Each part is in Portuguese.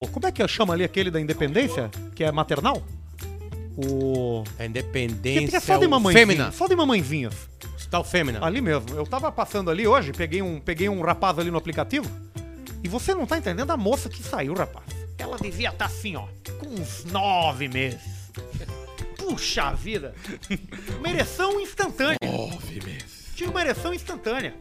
o- Como é que chama ali aquele da independência? Que é maternal? O. A Que independência. é só de o Tá mamãezinha. Fêmina. Só de mamãezinhas. Hospital Fêmina. Ali mesmo. Eu tava passando ali hoje, peguei um, peguei um rapaz ali no aplicativo. E você não tá entendendo a moça que saiu, rapaz. Ela devia estar assim, ó, com uns nove meses. Puxa vida! Uma ereção instantânea. Nove meses. Tinha uma ereção instantânea.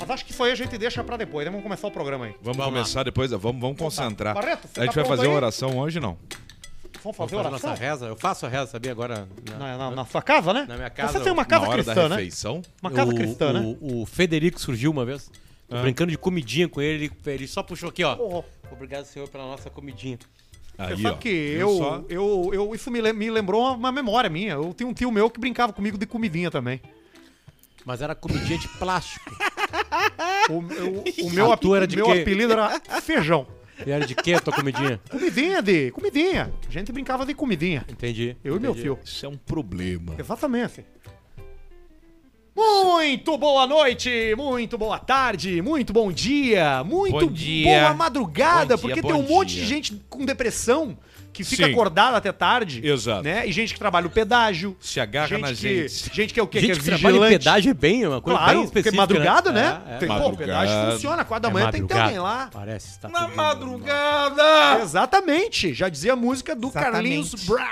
Mas acho que isso aí a gente deixa pra depois, né? Vamos começar o programa aí. Vamos, Vamos começar depois, vamos, vamos concentrar. Barreto, você a gente tá vai fazer pronto uma aí? oração hoje, não? Vamos Vamos fazer fazer oração? nossa reza. Eu faço a reza, sabia? Agora. né? na- Na, na- na sua casa, né? Na minha casa, Você tem uma casa Na hora cristã, da né? refeição. Uma casa o, cristã, o, né? O Federico surgiu uma vez. Tô brincando de comidinha com ele. ele- Ele só puxou aqui, ó. Porra. Obrigado, senhor, pela nossa comidinha. Você Aí, sabe ó. que viu eu, só? eu, eu, isso me, lem- me lembrou uma- uma memória minha. Eu tinha um tio meu que brincava comigo de comidinha também. Mas era comidinha de plástico. O, o- o meu, A ap- tua era de meu quê? apelido era feijão. e era de quê a tua comidinha? Comidinha de. Comidinha. A gente brincava de comidinha. Entendi. Eu e meu tio. Isso é um problema. Exatamente. Muito boa noite, muito boa tarde, muito bom dia, muito Bom dia. boa madrugada, Bom dia, porque bom tem um monte dia. de gente com depressão que fica Sim. acordada até tarde. Exato. Né? E gente que trabalha o pedágio. Se agarra na que, gente. Gente que é o quê? Gente que que é trabalha em vigilante. pedágio é bem, é uma coisa claro, bem porque específica. madrugada, né? É, é. Tem, pô, o Madrugada. pedágio funciona, 4 da É manhã tem que ter madrugada. alguém lá. Parece, tá está Na tudo- madrugada! Exatamente, já dizia a música do Exatamente. Carlinhos Brown.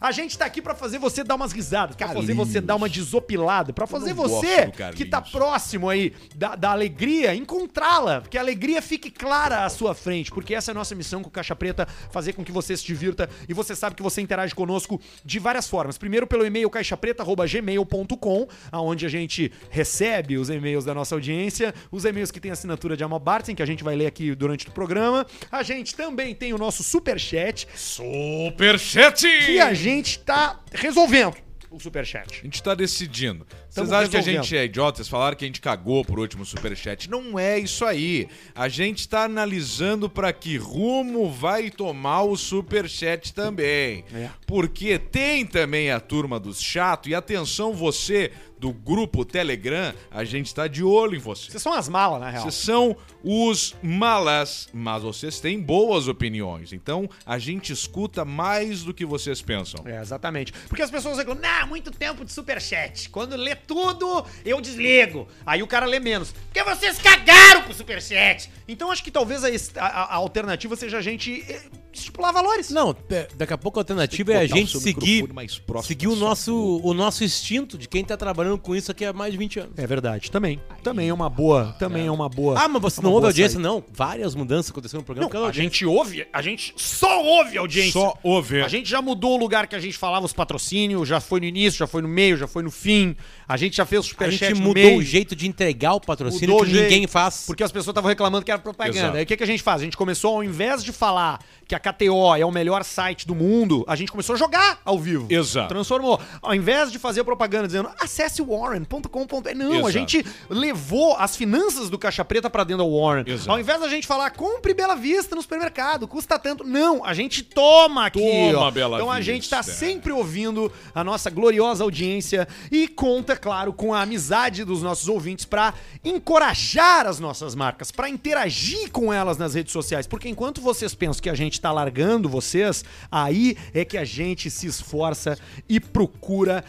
A gente tá aqui pra fazer você dar umas risadas, pra fazer Carlinhos. você dar uma desopilada, pra fazer Eu não gosto você do Carlinhos. que tá próximo aí da, da alegria, encontrá-la, que a alegria fique clara à sua frente, porque essa é a nossa missão com o Caixa Preta, fazer com que você se divirta e você sabe que você interage conosco de várias formas. Primeiro pelo e-mail caixapreta@gmail.com, aonde a gente recebe os e-mails da nossa audiência, os e-mails que tem assinatura de Alma Bartzen, que a gente vai ler aqui durante o programa. A gente também tem o nosso superchat, É Superchat! que a gente tá resolvendo o superchat. A gente tá decidindo. Vocês Tamo acham que a resolvendo. gente é idiota? Vocês falaram que a gente cagou por último superchat. Não é isso aí. A gente tá analisando pra que rumo vai tomar o superchat também. É. Porque tem também a turma dos chato e atenção você do grupo Telegram, a gente tá de olho em você. Vocês são as malas, na real. Vocês são os malas, mas vocês têm boas opiniões. Então a gente escuta mais do que vocês pensam. É, exatamente. Porque as pessoas reclamam, ah, muito tempo de superchat. Quando lê tudo, eu desligo. Aí o cara lê menos. Porque vocês cagaram com o superchat. Então acho que talvez a, es- a- a- a alternativa seja a gente eh, estipular valores. Não, pe- daqui a pouco a alternativa é a Botar o gente seu seguir, microfone mais próximo seguir da o sua nosso, o nosso instinto de quem tá trabalhando com isso aqui há mais de 20 anos. É verdade, também. Também é uma boa. Também é uma boa. Ah, mas você não ouve audiência, não? Várias mudanças aconteceram no programa. Não, porque a gente ouve, a gente só é. ouve a audiência. Só ouvir. A gente já mudou o lugar que a gente falava os patrocínios, já foi no início, já foi no meio, já foi no fim. A gente já fez o A superchat gente no mudou meio. o jeito de entregar o patrocínio Mudou que o jeito, ninguém faz. Porque as pessoas estavam reclamando que era propaganda. Exato. Aí o que, que a gente faz? A gente começou, ao invés de falar que a KTO é o melhor site do mundo, a gente começou a jogar ao vivo. Exato. Transformou. Ao invés de fazer propaganda dizendo acesse warren.com.br. é", Não, a Exato. gente levou as finanças do Caixa Preta pra dentro da Warren. Exato. Ao invés da gente falar compre Bela Vista no supermercado, custa tanto. Não, a gente toma aqui. Toma ó. Bela então a Vista. gente tá sempre ouvindo a nossa gloriosa audiência e conta, claro, com a amizade dos nossos ouvintes para encorajar as nossas marcas, para interagir com elas nas redes sociais, porque enquanto vocês pensam que a gente tá largando vocês, aí é que a gente se esforça e procura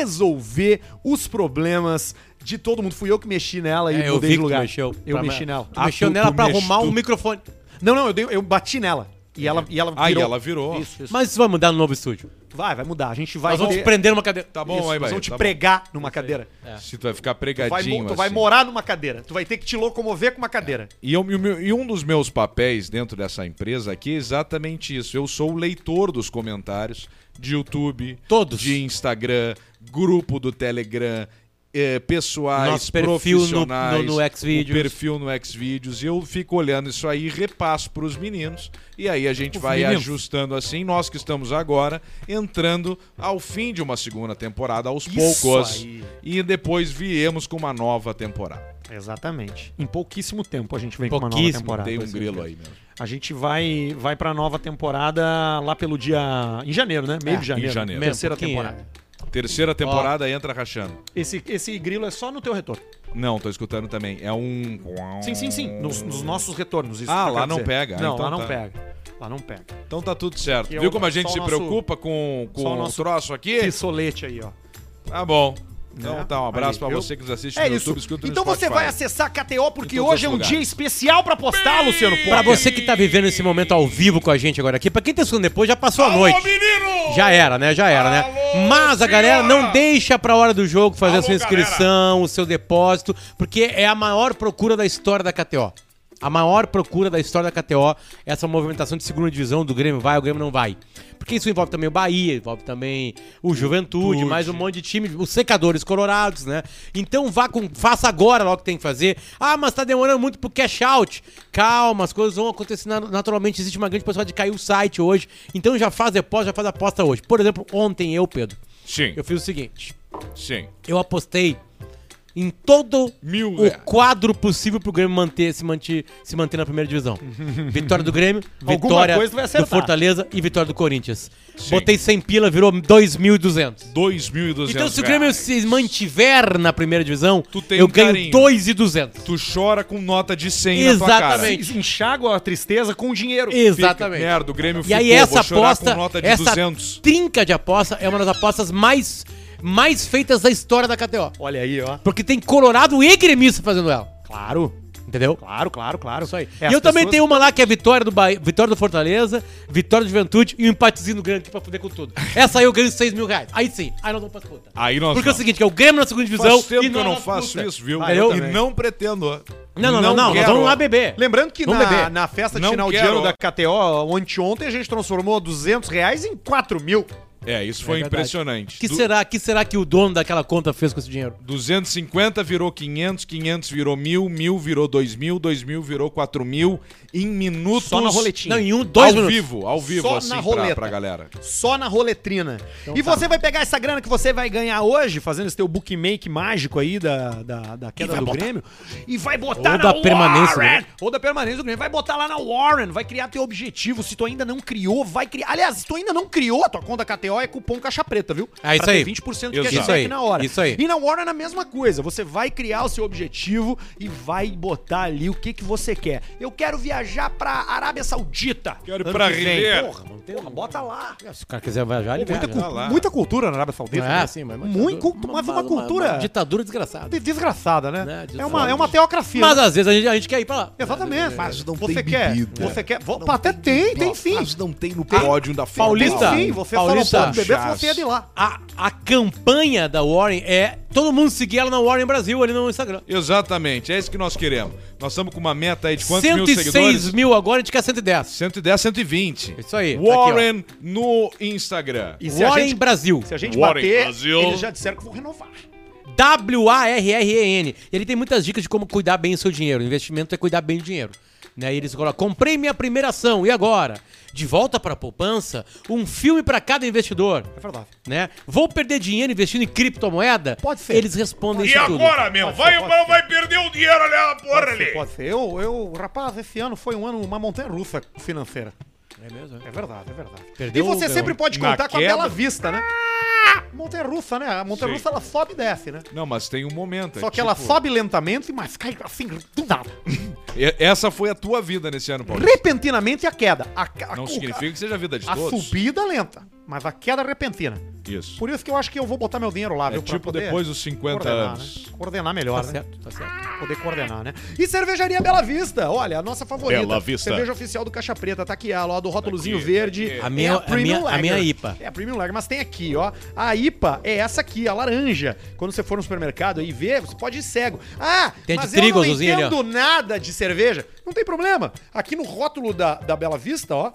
resolver os problemas de todo mundo. Fui eu que mexi nela e É, mudei vi de que tu lugar. Mexeu Eu pra- mexi nela. Ah, Tu mexeu tu- nela tu pra mexe- arrumar tu- um microfone. Não, não, eu, dei- eu bati nela. E ela, e ela virou. Aí ela virou. Isso, isso. Mas isso vai mudar no novo estúdio. Vai, vai mudar. A gente vai. Nós vamos ter- te prender numa cadeira. Tá bom Isso, aí, nós vai. vamos te tá bom. pregar numa cadeira. Se tu vai ficar Tu vai, pregadinho mo- tu vai assim. morar numa cadeira. Tu vai ter que te locomover com uma cadeira. E, eu- e o meu- e um dos meus papéis dentro dessa empresa aqui é exatamente isso. Eu sou o leitor dos comentários de YouTube, Todos. de Instagram, grupo do Telegram, eh, pessoais, Nosso perfil no- profissionais, no- no Xvideos. o perfil no Xvideos. E eu fico olhando isso aí, repasso para os meninos. E aí a gente Os vai meninos. ajustando assim. Nós que estamos agora entrando ao fim de uma segunda temporada, aos Isso poucos. aí. E depois viemos com uma nova temporada. Exatamente. É. Em pouquíssimo tempo a gente vem Pouquíssimo, temporada. é. Tem um grilo aí mesmo. A gente vai vai pra nova temporada lá pelo dia em janeiro, né? Meio É, de janeiro. em janeiro. Terceira Um pouquinho. temporada. Terceira temporada entra rachando. Esse esse grilo é só no teu retorno. Não, tô escutando também. É um. Sim, sim, sim. Nos, nos nossos retornos. Isso Ah, que eu lá quero não dizer. pega. Ah, Não, então lá não tá. pega. Lá não pega. Então tá tudo certo. Que é Viu o- como a gente só se o nosso- preocupa com, com só o o nosso troço aqui? Pissolete aí, ó. Tá bom. Então Né? tá, um abraço Aí, pra viu? você que nos assiste É no isso. YouTube, escuta no Então você Spotify. vai acessar KTO porque todos hoje é os um lugares. dia especial pra postar, Luciano Potter. Pra você que tá vivendo esse momento ao vivo com a gente agora aqui, pra quem tá escutando depois, já passou a Alô, noite. menino! Já era, né? Já era, né? Alô, Mas a galera senhora! não deixa pra hora do jogo fazer Alô, a sua inscrição, o seu depósito, porque é a maior procura da história da KTO. A maior procura da história da KTO, essa movimentação de segunda divisão do Grêmio vai, o Grêmio não vai. Porque isso envolve também o Bahia, envolve também o Juventude, mais um monte de time, os secadores colorados, né? Então vá com, faça agora logo o que tem que fazer. Ah, mas tá demorando muito pro cash out. Calma, as coisas vão acontecer na- naturalmente, existe uma grande possibilidade de cair o site hoje. Então já faz depósito, já faz aposta hoje. Por exemplo, ontem eu, Pedro, Sim, eu fiz o seguinte, sim. eu apostei em todo Mil o reais. quadro possível pro Grêmio manter, se, manter, se manter na primeira divisão. vitória do Grêmio, Alguma vitória coisa tu vai do acertar. Fortaleza e vitória do Corinthians. Sim. Botei 100 pila, virou 2.200. 2.200 Então se o Grêmio reais. se mantiver na primeira divisão, Tu tem eu um ganho carinho. 2.200. Tu chora com nota de 100 na tua cara. Exatamente. Enxágua a tristeza com dinheiro. Exatamente. Merda, o Grêmio E ficou, aí essa vou chorar aposta, com nota de essa 200. trinca de aposta é uma das apostas mais, mais feitas da história da KTO. Olha aí, ó. Porque tem Colorado e gremista fazendo ela, Claro, entendeu? claro, claro, claro. Isso aí. É, e eu as também pessoas- tenho uma lá que é vitória do Bahia, vitória do Fortaleza, vitória do Juventude e um empatezinho do Grêmio aqui pra fuder com tudo. Essa aí eu ganho 6 mil reais. Aí sim, aí nós vamos pra disputa. Aí nós Porque é o vamos. seguinte, que é o Grêmio na segunda divisão Faz tempo que eu nós não na faço disputa. isso, viu? Ah, eu e também. não pretendo. Não, não, não, não, nós quero. vamos lá beber. Lembrando que Vamos na, beber. na festa de Não final de quero, ano ó. da KTO, anteontem, a gente transformou 200 reais em 4 mil. É, isso foi É verdade. impressionante. Que Du- será, que será que o dono daquela conta fez com esse dinheiro? 250 virou 500, 500 virou 1000, 1000 virou 2000, 2000 virou 4000 em minutos. Só na roletinha. Não, em um, dois ao minutos. vivo, ao vivo, Só assim, na pra, roleta. pra galera. Só na roletrina. e tá. você vai pegar essa grana que você vai ganhar hoje, fazendo esse teu bookmake mágico aí da, da, da queda vai do botar. Grêmio, e vai botar Ou da permanência do Warren. Grêmio. Ou da permanência do Grêmio. Vai botar lá na Warren, vai criar teu objetivo. Se tu ainda não criou, vai criar. Aliás, se tu ainda não criou, tua conta KTO é cupom caixa preta, viu? É isso pra aí. Ter 20% de Isso cashback aí, na hora. isso aí. E na Warren é a mesma coisa. Você vai criar o seu objetivo e vai botar ali o que, que você quer. Eu quero viajar pra Arábia Saudita. Quero ir Ano pra que vem. Ribeira. Porra, mano, porra, bota lá. Se o cara quiser viajar, ele Pô, muita, cu- viaja. Tá lá. muita cultura na Arábia Saudita. Ah, né? sim, mas Muito, cultu- mas é uma cultura ditadura desgraçada. de- desgraçada, né? Né, de é, uma, foda. é uma teocracia. Mas né? às vezes a gente, a gente quer ir pra lá. Exatamente. Mas não você tem quer, bebida. Você quer. vo- até tem, tem sim. Mas não tem no pódio da Paulista. Fórmula 1. Tem sim. Você Paulista. falou pouco bebê, você é de lá. A, a campanha da Warren é todo mundo seguir ela na Warren Brasil ali no Instagram. Exatamente, é isso que nós queremos. Nós estamos com uma meta aí de quantos mil 106 seguidores? mil, agora, a gente quer 110. 110, 120. Isso aí, tá aqui, ó. Warren no Instagram. E se a Warren gente- Brasil. Se a gente Warren, bater, Brasil. eles já disseram que vão renovar. W-A-R-R-E-N. Ele tem muitas dicas de como cuidar bem o seu dinheiro. O investimento é cuidar bem do dinheiro. Né? E eles colocam, comprei minha primeira ação, e agora? De volta para a poupança, um filme para cada investidor. É verdade. Né? Vou perder dinheiro investindo em criptomoeda? Pode ser. Eles respondem isso tudo. meu? Pode ser, pode ser. perder o dinheiro ali na porra Pode ser, pode ser. Eu, eu, rapaz, esse ano foi um ano, uma montanha russa financeira. É mesmo? é? É verdade, é verdade. Perdeu e você o- sempre pode Na contar com a queda. Bela Vista, né? Ah! Montanha russa, né? A montanha russa ela sobe e desce, né? Não, mas tem um momento. é Só que ela tipo- sobe lentamente, mas cai assim, do nada. E- Essa foi a tua vida nesse ano, Paulo. Repentinamente a queda. A, ca- a, Não cu- significa que seja a vida de a todos. subida lenta, mas a queda repentina. Isso. Por isso que eu acho que eu vou botar meu dinheiro lá, É viu? pra tipo poder depois dos 50 coordenar, anos. Né? Coordenar melhor, Tá né? certo, tá certo. Poder coordenar, né? E cervejaria Bela Vista. Olha, a nossa favorita. Bela Vista. Cerveja oficial do Caixa Preta. Tá aqui ela, ó, do rótulozinho aqui. verde. É A minha- a minha- a minha Lager. IPA. É a Premium Lager, mas tem aqui, ó. A IPA é essa aqui, a laranja. Quando você for no supermercado aí ver, você pode ir cego. Ah, Tem a de mas trigo eu não azulzinha ali, ó. entendo nada de cerveja. Não tem problema. Aqui no rótulo da, da Bela Vista, ó,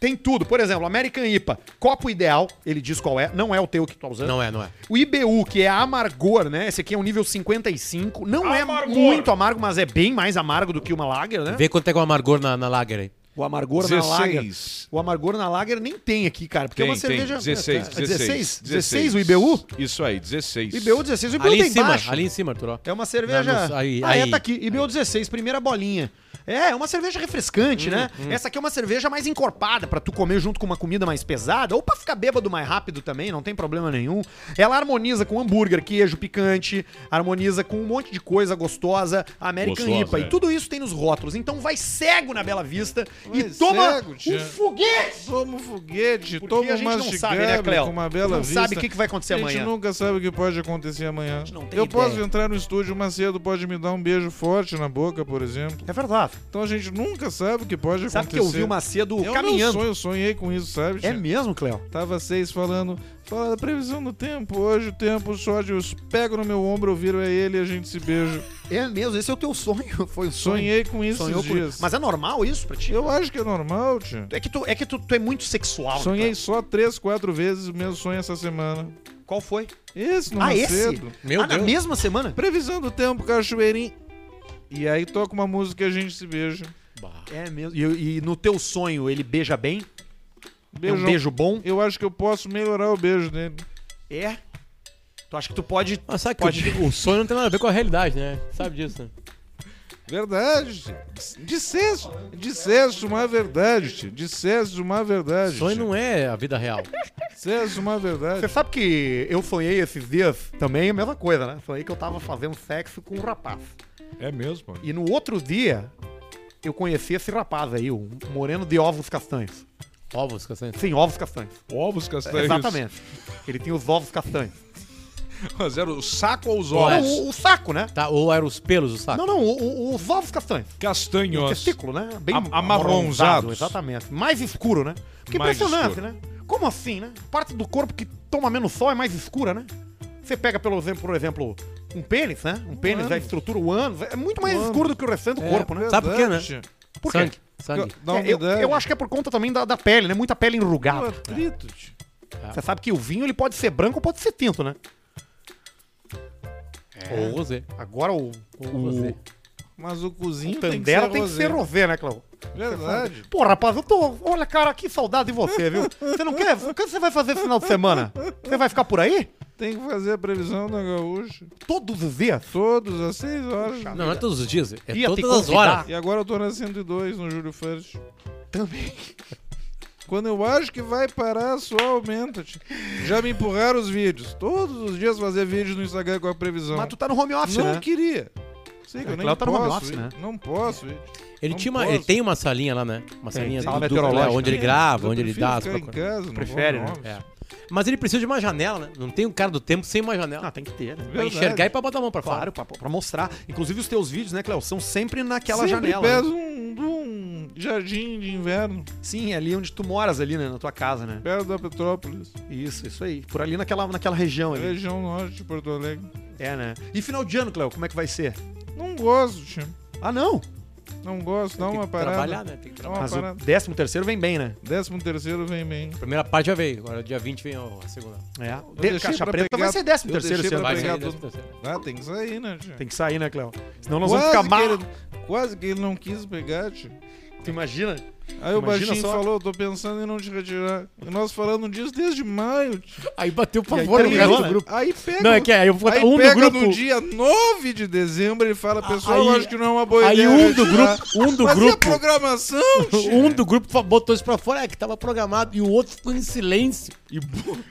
tem tudo. Por exemplo, American IPA, copo ideal, ele diz qual é, não é o teu que tu tá usando. Não é, não é. O IBU, que é amargor, né? Esse aqui é um nível 55. Não Amargor. é muito amargo, mas é bem mais amargo do que uma lager, né? Vê quanto é que é o amargor na, na lager aí. O amargor 16. na lager. O amargor na lager nem tem aqui, cara, porque é uma cerveja. 16, 16, 16, 16, o IBU? Isso aí, 16. IBU 16, o IBU Ali tem em cima, baixo. ali em cima, Arthur. ó. É uma cerveja. Não, não, aí, ah, é, aí, tá aqui. IBU 16, primeira bolinha. É, é uma cerveja refrescante, Hum, né? Essa aqui é uma cerveja mais encorpada pra tu comer junto com uma comida mais pesada ou pra ficar bêbado mais rápido também, não tem problema nenhum. Ela harmoniza com hambúrguer, queijo picante, harmoniza com um monte de coisa gostosa, American Gostosa, IPA. é. E tudo isso tem nos rótulos. Então vai cego na Bela Vista Vai e toma cego, um tia. foguete. Toma um foguete, Porque toma a gente uma não sabe, né, Cleo? com uma bela não vista. sabe o que, que vai acontecer a gente amanhã. nunca sabe o que pode acontecer amanhã. não tem Eu ideia. posso entrar no estúdio mais cedo, pode me dar um beijo forte na boca, por exemplo. É verdade. Então a gente nunca sabe o que pode Sabe que acontecer. eu vi o Macedo eu caminhando. Meu sonho, eu sonhei com isso, sabe? É tia? mesmo, Cléo? Tava seis falando, fala da previsão do tempo. Hoje o tempo sódio, eu pego no meu ombro, eu viro a ele e a gente se beija. É mesmo, esse é o teu sonho. Foi um Sonhei com isso Sonhou esses com dias. isso. Mas é normal isso pra ti? eu acho que é normal, tia. É que tu é, que tu, tu é muito sexual. né, Sonhei só três, quatro vezes o meu sonho essa semana. Cléo? Qual foi? Esse não ah, é esse? cedo. Meu ah, na Deus. mesma semana? Previsão do tempo, cachoeirinho. E aí toca uma música e a gente se beija. É mesmo. E, e no teu sonho ele beija bem? É Beijo. um beijo bom? Eu acho que eu posso melhorar o beijo dele. É. Tu acha que tu pode... Mas Ah, sabe que Pode- o, o sonho não tem nada a ver com a realidade, né? Sabe disso, né? Verdade. tia. Disseste, disseste uma verdade, tia. Disseste uma verdade. Sonho tia. não é a vida real. Disseste uma verdade. Você sabe que eu sonhei esses dias também a mesma coisa, né? Sonhei que eu tava fazendo sexo com um rapaz. É mesmo? E no outro dia, eu conheci esse rapaz aí, um moreno de ovos castanhos. Ovos, castanhos. Sim, ovos castanhos. Ovos castanhos. Exatamente. Ele tinha os ovos castanhos. Mas era o saco ou os Olha, Não, ovos? o, o saco, né? Tá, ou eram os pelos do saco? Não, não, o- o- os ovos castanhos. O Castanhos. testículo, né? Bem Am- amarronzados. Exatamente. Mais escuro, né? Porque Mais impressionante, escuro. né? Como assim, né? Parte do corpo que toma menos sol é mais escura, né? Você pega, pelo exemplo, por exemplo, um pênis, né? Um pênis, ânus. a estrutura, o ânus, é muito mais O ânus. É. escuro do que o restante do corpo, né? Sabe por quê, né? Verdade. Por quê? sangue. Sangue. Da É, eu, umidade. eu acho que é por conta também da, da pele, né? Muita pele Do enrugada. Um atrito, tia. Você sabe que o vinho ele pode ser branco ou pode ser tinto, né? É. Ou rosé. Agora o, o, rosé. Mas o o cozinho tem que ser Tandera tem que rosé. ser rosé, né, Clau? Verdade. Pô, rapaz, eu tô. Olha, cara, que saudade de você, viu? Você não quer? O que você vai fazer esse final de semana? Você vai ficar por aí? Tem que fazer a previsão da gaúcha. Todos os dias? Todos às 6 horas. Não, não é todos os dias. É Ia te todas as convidar. horas. E agora eu tô na 102 no Júlio First. Também. Quando eu acho que vai parar, só aumenta. tia. Já me empurraram os vídeos. Todos os dias fazer vídeos no Instagram com a previsão. Mas tu tá no home office, não né? queria. Sei que É, eu nem Cláudio tá no home posso, office, ir. né? Não posso. ir. Ele, Não tinha uma, posso. ele tem uma salinha lá, né? Uma salinha sala do, do, meteorológica. é, onde ele grava, onde ele dá. as Ficar em procuras. casa, não Prefere, vou, né? não. É. Mas ele precisa de uma janela, né? Não tem um cara do tempo sem uma janela. Ah, tem que ter, né? pra verdade. enxergar e pra botar a mão pra fora. Claro, pra, pra mostrar. Inclusive os teus vídeos, né, Cléo? São sempre naquela Sempre janela. né? Peço um, de um jardim de inverno, Sim, é ali onde tu moras, ali, né? Na tua casa, né? perto da Petrópolis, Tá Isso, isso aí. Por ali naquela, naquela região ali. região norte de Porto Alegre. É, né? E final de ano, Cléo, como é que vai ser? Não gosto, tio. Ah, não! Não gosto. Dá Tem uma que parada. trabalhar, né? Tem que Dá trabalhar. uma Mas o parada. décimo terceiro vem bem, né? Décimo terceiro vem bem. Primeira parte já veio, agora dia 20 vem a segunda. É. De- deixei Caixa pra preta pegar- vai ser décimo eu terceiro deixei esse ano. pra Vai Vai pegar sair ser. do- décimo terceiro. Ah, tem que sair, né, tio? Tem que sair, né, Cléo? Senão nós Quase vamos ficar que mal. ele- Quase que ele não quis pegar, tio. Tu imagina? Aí o Imagina baixinho só. falou, tô pensando em não te retirar. E nós falando disso desde maio, tio. Aí bateu o aí pavor no terminou, resto do né? grupo. Aí pega... Não, é que aí eu vou botar Aí um do pega grupo. no dia 9 de dezembro e fala, pessoal, eu Aí- acho que não é uma boa Aí ideia. um do retirar." grupo, um do Mas e a grupo, programação, tio? um do grupo fa- botou isso pra fora, é que tava programado, e o outro ficou em silêncio.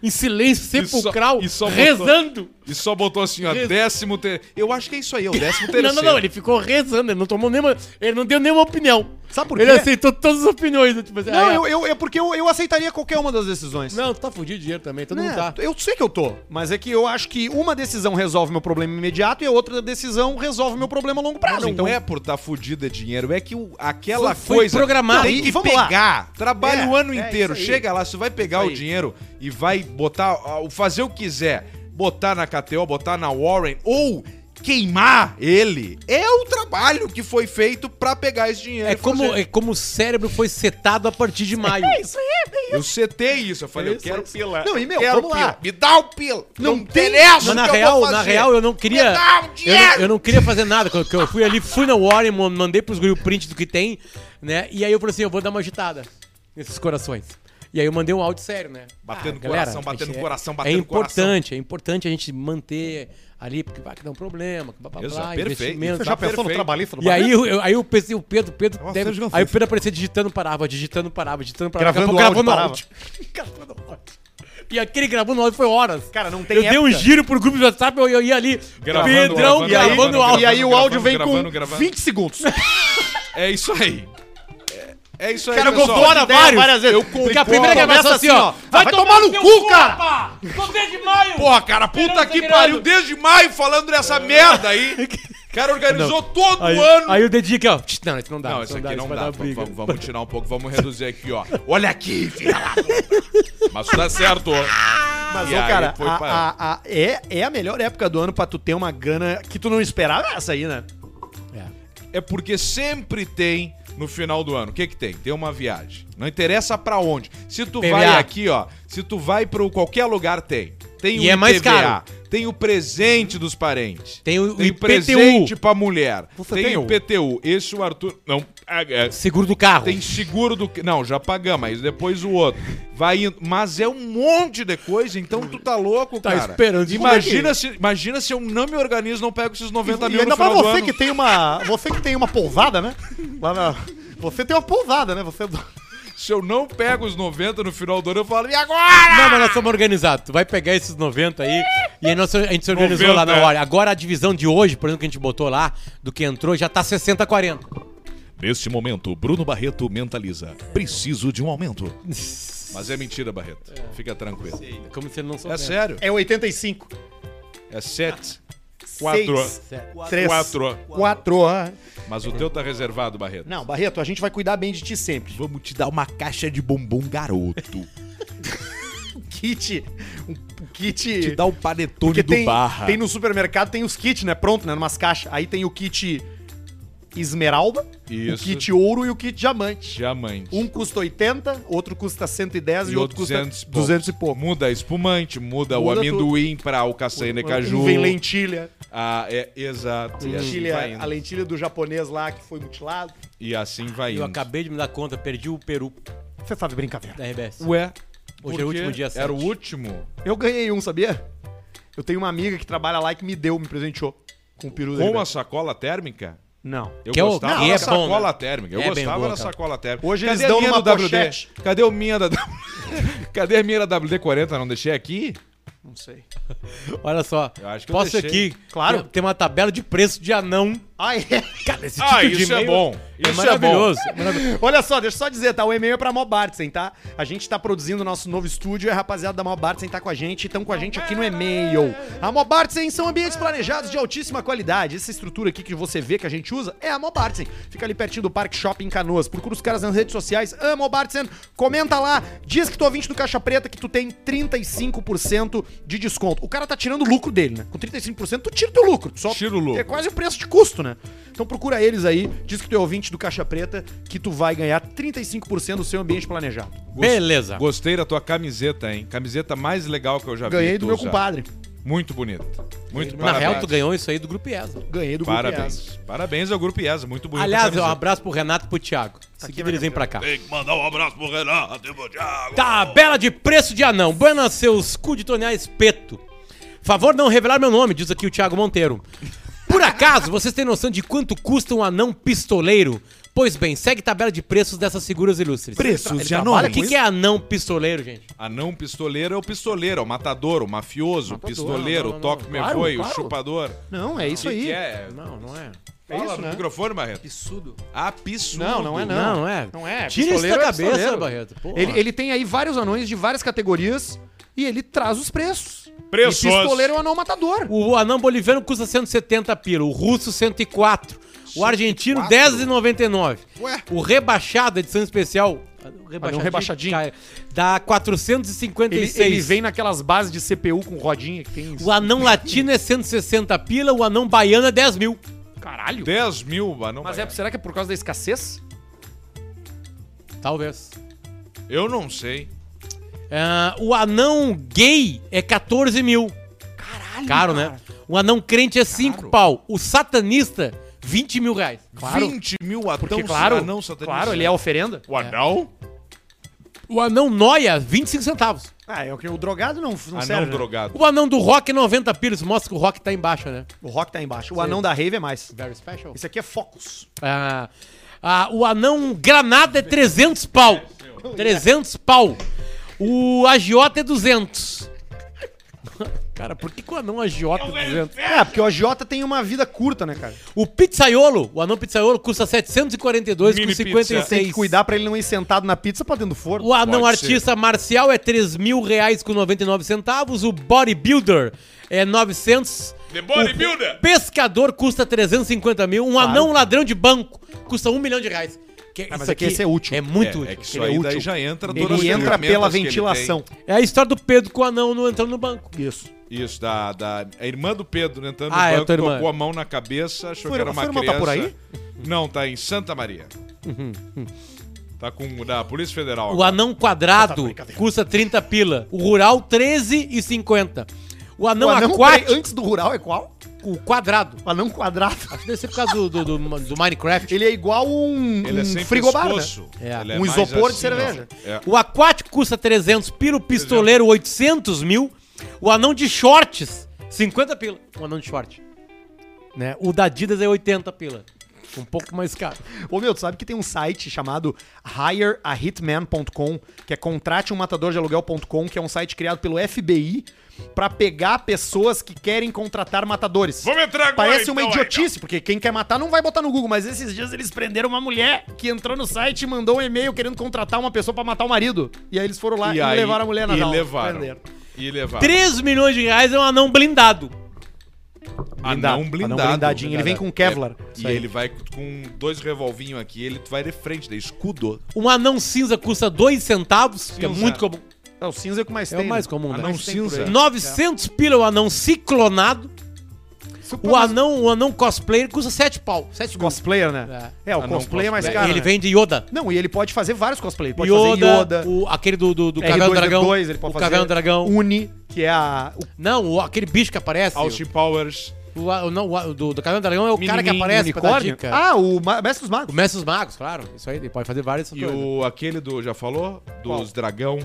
Em silêncio sepulcral, e só botou- rezando. E só botou assim, ó, décimo ter... Eu acho que é isso aí, é o décimo Não, não, não, ele ficou rezando, ele não tomou nenhuma. Ele não deu nenhuma opinião. Sabe por Ele quê? aceitou todas as opiniões. né? Tipo assim, Não, ah, é. eu, eu, é porque eu, eu aceitaria qualquer uma das decisões. Não, tu tá fudido de dinheiro também, todo Né? mundo tá. Eu sei que eu tô, mas é que eu acho que uma decisão resolve meu problema imediato e a outra decisão resolve meu problema a longo prazo. Não então é por tá fudido de dinheiro, é que o- aquela Foi- foi coisa programado. tem Não, que e vamos lá. pegar. Trabalha É, o ano é inteiro, isso aí. chega lá, você vai pegar Isso o aí. dinheiro e vai botar, ah, o- fazer o que quiser, botar na KTO, botar na Warren ou queimar ele. É o trabalho que foi feito pra pegar esse dinheiro. É e como, fazer. é como o cérebro foi setado a partir de maio. eu setei isso, eu falei, eu isso, quero é isso. pila. Não, e, meu, quero vamos lá. pila. Me dá o pila. Não tem- interessa Mas o na que eu real, vou na fazer. real, eu não queria. Me dá um eu, não, dinheiro. eu não queria fazer nada. Quando que eu fui ali, fui na Warren, mo- mandei pros guri o print do que tem, né? E aí eu falei assim: eu vou dar uma agitada nesses corações. E aí eu mandei um áudio sério, né? Batendo Ah, coração, batendo gente, é- coração, É batendo importante, é importante a gente manter ali, porque vai que dá um problema, que blá, blá, Exato, blá, perfeito. investimento. Você Você já É já blá, pensou pensou no no trabalhista e aí, eu, eu- aí eu pensei, o Pedro, Pedro Nossa, deve- eu já fiz. aí o Pedro aparecia digitando, parava, digitando, parava, digitando, parava, Gravando daqui a pouco áudio, gravando áudio. Gravando áudio. E aquele gravando áudio foi horas. Cara, não tem Eu dei um época. giro pro grupo do WhatsApp, eu, eu ia ali, Gravando, Pedrão gravando, E aí, gravando gravando, áudio. e aí o gravando, áudio vem gravando, com gravando. 20 segundos. É isso aí. É, é isso aí, Cara, eu pessoal. adoro Ideia vários. várias vezes. Eu Porque a primeira gravação assim, ó. Vai, tomar no cu, cara! Porra, cara, puta que pariu desde maio falando dessa merda aí. O cara organizou todo Aí, ano. aí o dedinho aqui, ó. Tch, Não, isso não dá. Não, isso aqui isso não vai dá. dar Vamos, briga. vamos- vamos tirar um pouco, vamos reduzir aqui, ó. Olha aqui, filha da puta. Mas tá certo. Mas, E ô, aí cara, foi a- pra- a- a- é, é a melhor época do ano pra tu ter uma grana que tu não esperava é essa aí, né? É. É porque sempre tem no final do ano. O que que tem? Tem uma viagem. Não interessa pra onde. Se tu PVA. vai aqui, ó, se tu vai para qualquer lugar tem. Tem um E é mais caro. tem o presente dos parentes. Tem o- o IPTU. presente pra mulher. Você tem tem o o- IPTU. Esse o Arthur não paga. Seguro do carro. Tem seguro do. Não, já pagamos, mas depois o outro. Vai indo. Mas é um monte de coisa, então tu tá louco, Tá cara. esperando. Imagina se, imagina se eu não me organizo, não pego esses 90 E mil no ainda pra final do você ano. que tem uma. Você que tem uma pousada, né? Lá na- Você tem uma pousada, né? Você. Se eu não pego os 90 no final do ano, eu falo, e agora? Não, mas nós estamos organizados. Tu vai pegar esses 90 aí e aí nós, a gente se organizou 90, lá na é. hora. Agora a divisão de hoje, por exemplo, que a gente botou lá, do que entrou, já tá 60-40. Neste momento, Bruno Barreto mentaliza. Preciso de um aumento. Mas é mentira, Barreto. Fica tranquilo. Como se ele não É soubesse. sério. É 85. É 7, Quatro. 3. 4. 4. Mas o teu tá reservado, Barreto. Não, Barreto, a gente vai cuidar bem de ti sempre. Vamos te dar uma caixa de bombom garoto. Um kit. Um, um kit. te dar o panetone Porque do tem, Barra. tem no supermercado, tem os kits, né? Pronto, né? Numas caixas. Aí tem o kit esmeralda, Isso. o kit ouro e o kit diamante. Diamante. Um custa 80, outro custa 110 e, outro custa 200 e pouco. 200 e pouco. Muda a espumante, muda, o Muda amendoim pra alcaçaína e caju. Um vem lentilha. Ah, é, exato. E assim vai lentilha indo. é a lentilha do japonês lá que foi mutilado. E assim vai Eu indo. acabei de me dar conta, perdi o Peru Você sabe brincadeira. da RBS. Ué. é Hoje por era o quê? último dia Era sete. o último? Eu ganhei um, sabia? Eu tenho uma amiga que trabalha lá e que me deu, me presenteou. Com o peru dele. Com a sacola térmica? Não. Eu Que é o- gostava que da é bom, sacola né? térmica. Eu É bem gostava boa, da cara. sacola térmica. Hoje Cadê eles dão a minha numa do WD? pochete. Cadê o minha da Cadê a minha da WD40? Não deixei aqui? Não sei. Olha só, Eu acho que eu posso deixei. aqui, Claro. tem- tem uma tabela de preço de anão. Ah, é? Cara, esse Ah, tipo de isso é e-mail bom. É Isso é maravilhoso. É maravilhoso. Olha só, deixa eu só dizer, tá? O e-mail é pra Mobartsen, tá? A gente tá produzindo o nosso novo estúdio e a rapaziada da Mobartsen tá com a gente, estão com a gente aqui no e-mail. A Mobartsen são ambientes planejados de altíssima qualidade. Essa estrutura aqui que você vê que a gente usa é a Mobartsen. Fica ali pertinho do Parque Shopping Canoas. Procura os caras nas redes sociais. Ah, Mobartsen, comenta lá. Diz que tu é ouvinte do Caixa Preta que tu tem 35% de desconto. O cara tá tirando o lucro dele, né? Com 35% tu tira o teu lucro. Tu só Tira o lucro. é quase o preço de custo, né? Então procura eles aí, diz que tu é ouvinte do Caixa Preta, que tu vai ganhar 35% do seu ambiente planejado. Beleza. Gostei da tua camiseta, hein? Camiseta mais legal que eu já vi. Ganhei do tu meu usar. compadre. Muito bonito. Muito Na parabéns. real, tu ganhou isso aí do Grupo IESA. Ganhei do Grupo Parabéns. IESA. Parabéns ao Grupo IESA. Muito bonito. Aliás, um abraço pro Renato e pro Thiago. aqui Seguindo na eles vêm minha pra cá. Tem que mandar um abraço pro Renato e pro Thiago. Tabela de preço de anão. Buenas seus cu de tonear espeto. Favor não revelar meu nome, diz aqui o Thiago Monteiro. Por acaso, vocês têm noção de quanto custa um anão pistoleiro? Pois bem, segue tabela de preços dessas figuras ilustres. Preços de Olha, o anões. que, que é anão pistoleiro, gente? Anão pistoleiro é o pistoleiro, é o matador, o mafioso, o pistoleiro, não, não, o toque não. me Claro, foi, o claro. chupador. Não, é isso Que aí. que é? Não, não é. É Fala isso, no né? microfone, Barreto. Absurdo. Absurdo. Não, não é Não, não é. Não é, Tira isso da pistoleiro é cabeça, pistoleiro. Barreto. Porra. Ele, ele tem aí vários anões de várias categorias e ele traz os preços. Preços. E pistoleiro é um anão matador. O anão boliviano custa 170 pila, o russo 104, o argentino 10,99. Ué. O rebaixado, edição especial, ah, Anão rebaixadinho. cara, dá Ele, 456. ele vem naquelas bases de CPU com rodinha que tem. O anão latino é 160 pila, o anão baiano é 10 mil. Caralho. 10 mil, ah, anão Mas é, baiano. será que é por causa da escassez? Talvez. Eu não sei. Ah, o anão gay é 14 mil. Caralho. Caro, né? O anão crente é 5 pau. O satanista, 20 mil reais. Claro. 20 mil Porque, atão claro, anão satanista. claro, ele é oferenda. O anão? O anão noia, 25 centavos. Ah, é o que o drogado não, não Anão serve. né? drogado. O anão do rock, 90 pilos. Mostra que o rock tá embaixo, né? O rock tá aí embaixo. O anão da rave é mais. Very special. Esse aqui é Focus. Ah, ah, o anão granada é 300 pau. 300 pau. O agiota é 200. Cara, por que, que o anão agiota é 200? É, porque o agiota tem uma vida curta, né, cara? O pizzaiolo, o anão pizzaiolo custa 742 Mini com pizza. 56. Tem que cuidar pra ele não ir sentado na pizza pra dentro do forno. O anão Pode artista marcial é 3 mil reais com 99 centavos. O bodybuilder é 900. The bodybuilder. O pescador custa 350 mil. Um anão ladrão de banco custa 1 milhão de reais. Que, mas é que esse é útil. É muito útil. É, é que isso Ele é aí útil. daí já entra Ele as entra ferramentas pela que ele ventilação. É a história do Pedro com o anão no- entrando no banco. Isso. tem. Isso, da, da a irmã do Pedro né, entrando Ah, é, no tua banco, irmã. tocou a mão na cabeça, achou Sua que era irmã- uma sua irmã criança. tá por Uhum, Não, tá em Santa Maria. tá com da Polícia Federal. O agora. anão Tá, quadrado custa 30 pila. O rural, 13,50. O anão, o anão aquático, antes do rural é qual? o quadrado. O anão quadrado. Acho que deve ser por causa do, do, do, do Minecraft. Ele é igual um, Ele é um sem frigobar, né? pescoço. É. Ele Um mais isopor de ó. cerveja. É. O aquático custa 300 pila, o pistoleiro 800 mil, o anão de shorts 50 pila, o anão de short. Né? O da Adidas é 80 pila, um pouco mais caro. Ô meu, tu sabe que tem um site chamado hireahitman.com, que é contrate um matador de aluguel.com, que é um site criado pelo FBI pra pegar pessoas que querem contratar matadores. Vamos entrar agora, Parece uma então, idiotice, porque quem quer matar não vai botar no Google, mas esses dias eles prenderam uma mulher que entrou no site e mandou um e-mail querendo contratar uma pessoa pra matar o marido. E aí eles foram lá e, E aí, levaram a mulher na e jaula. levaram. Prenderam. E levar. 3 milhões de reais é um anão blindado. Anão blindado. É, Anão blindadinho. Ele vem com Kevlar. E ele vai com dois revolvinhos aqui, ele vai de frente, daí escudo. Um anão cinza custa 2 centavos, que é Cinza. muito comum. É o cinza é o que mais É tem. o mais comum, né? Anão Mas tem por cinza. aí. 900 pila o anão ciclonado. é O anão, o anão cosplayer custa 7 pau. 7 mil. Cosplayer, né? É, o Ah, não, cosplay é mais cosplay. caro. ele né? vem de Yoda. Não, e ele pode fazer vários cosplays. Ele pode Yoda, fazer Yoda, O, aquele do, do, do R2D2, Caverna do Dragão. ele pode o fazer Caverna do Dragão. Uni, que é a... o- Não, o- aquele bicho que aparece. Ah, Austin Powers. O, o- não, o- do, do Caverna do Dragão é o cara que Minimin, aparece pra dar unicórnio. dica. Ah, o Ma- Mestre dos Magos. O Mestre dos Magos, claro. Isso aí, ele pode fazer várias E coisas. o aquele do. Já falou? Dos Qual? Dragão,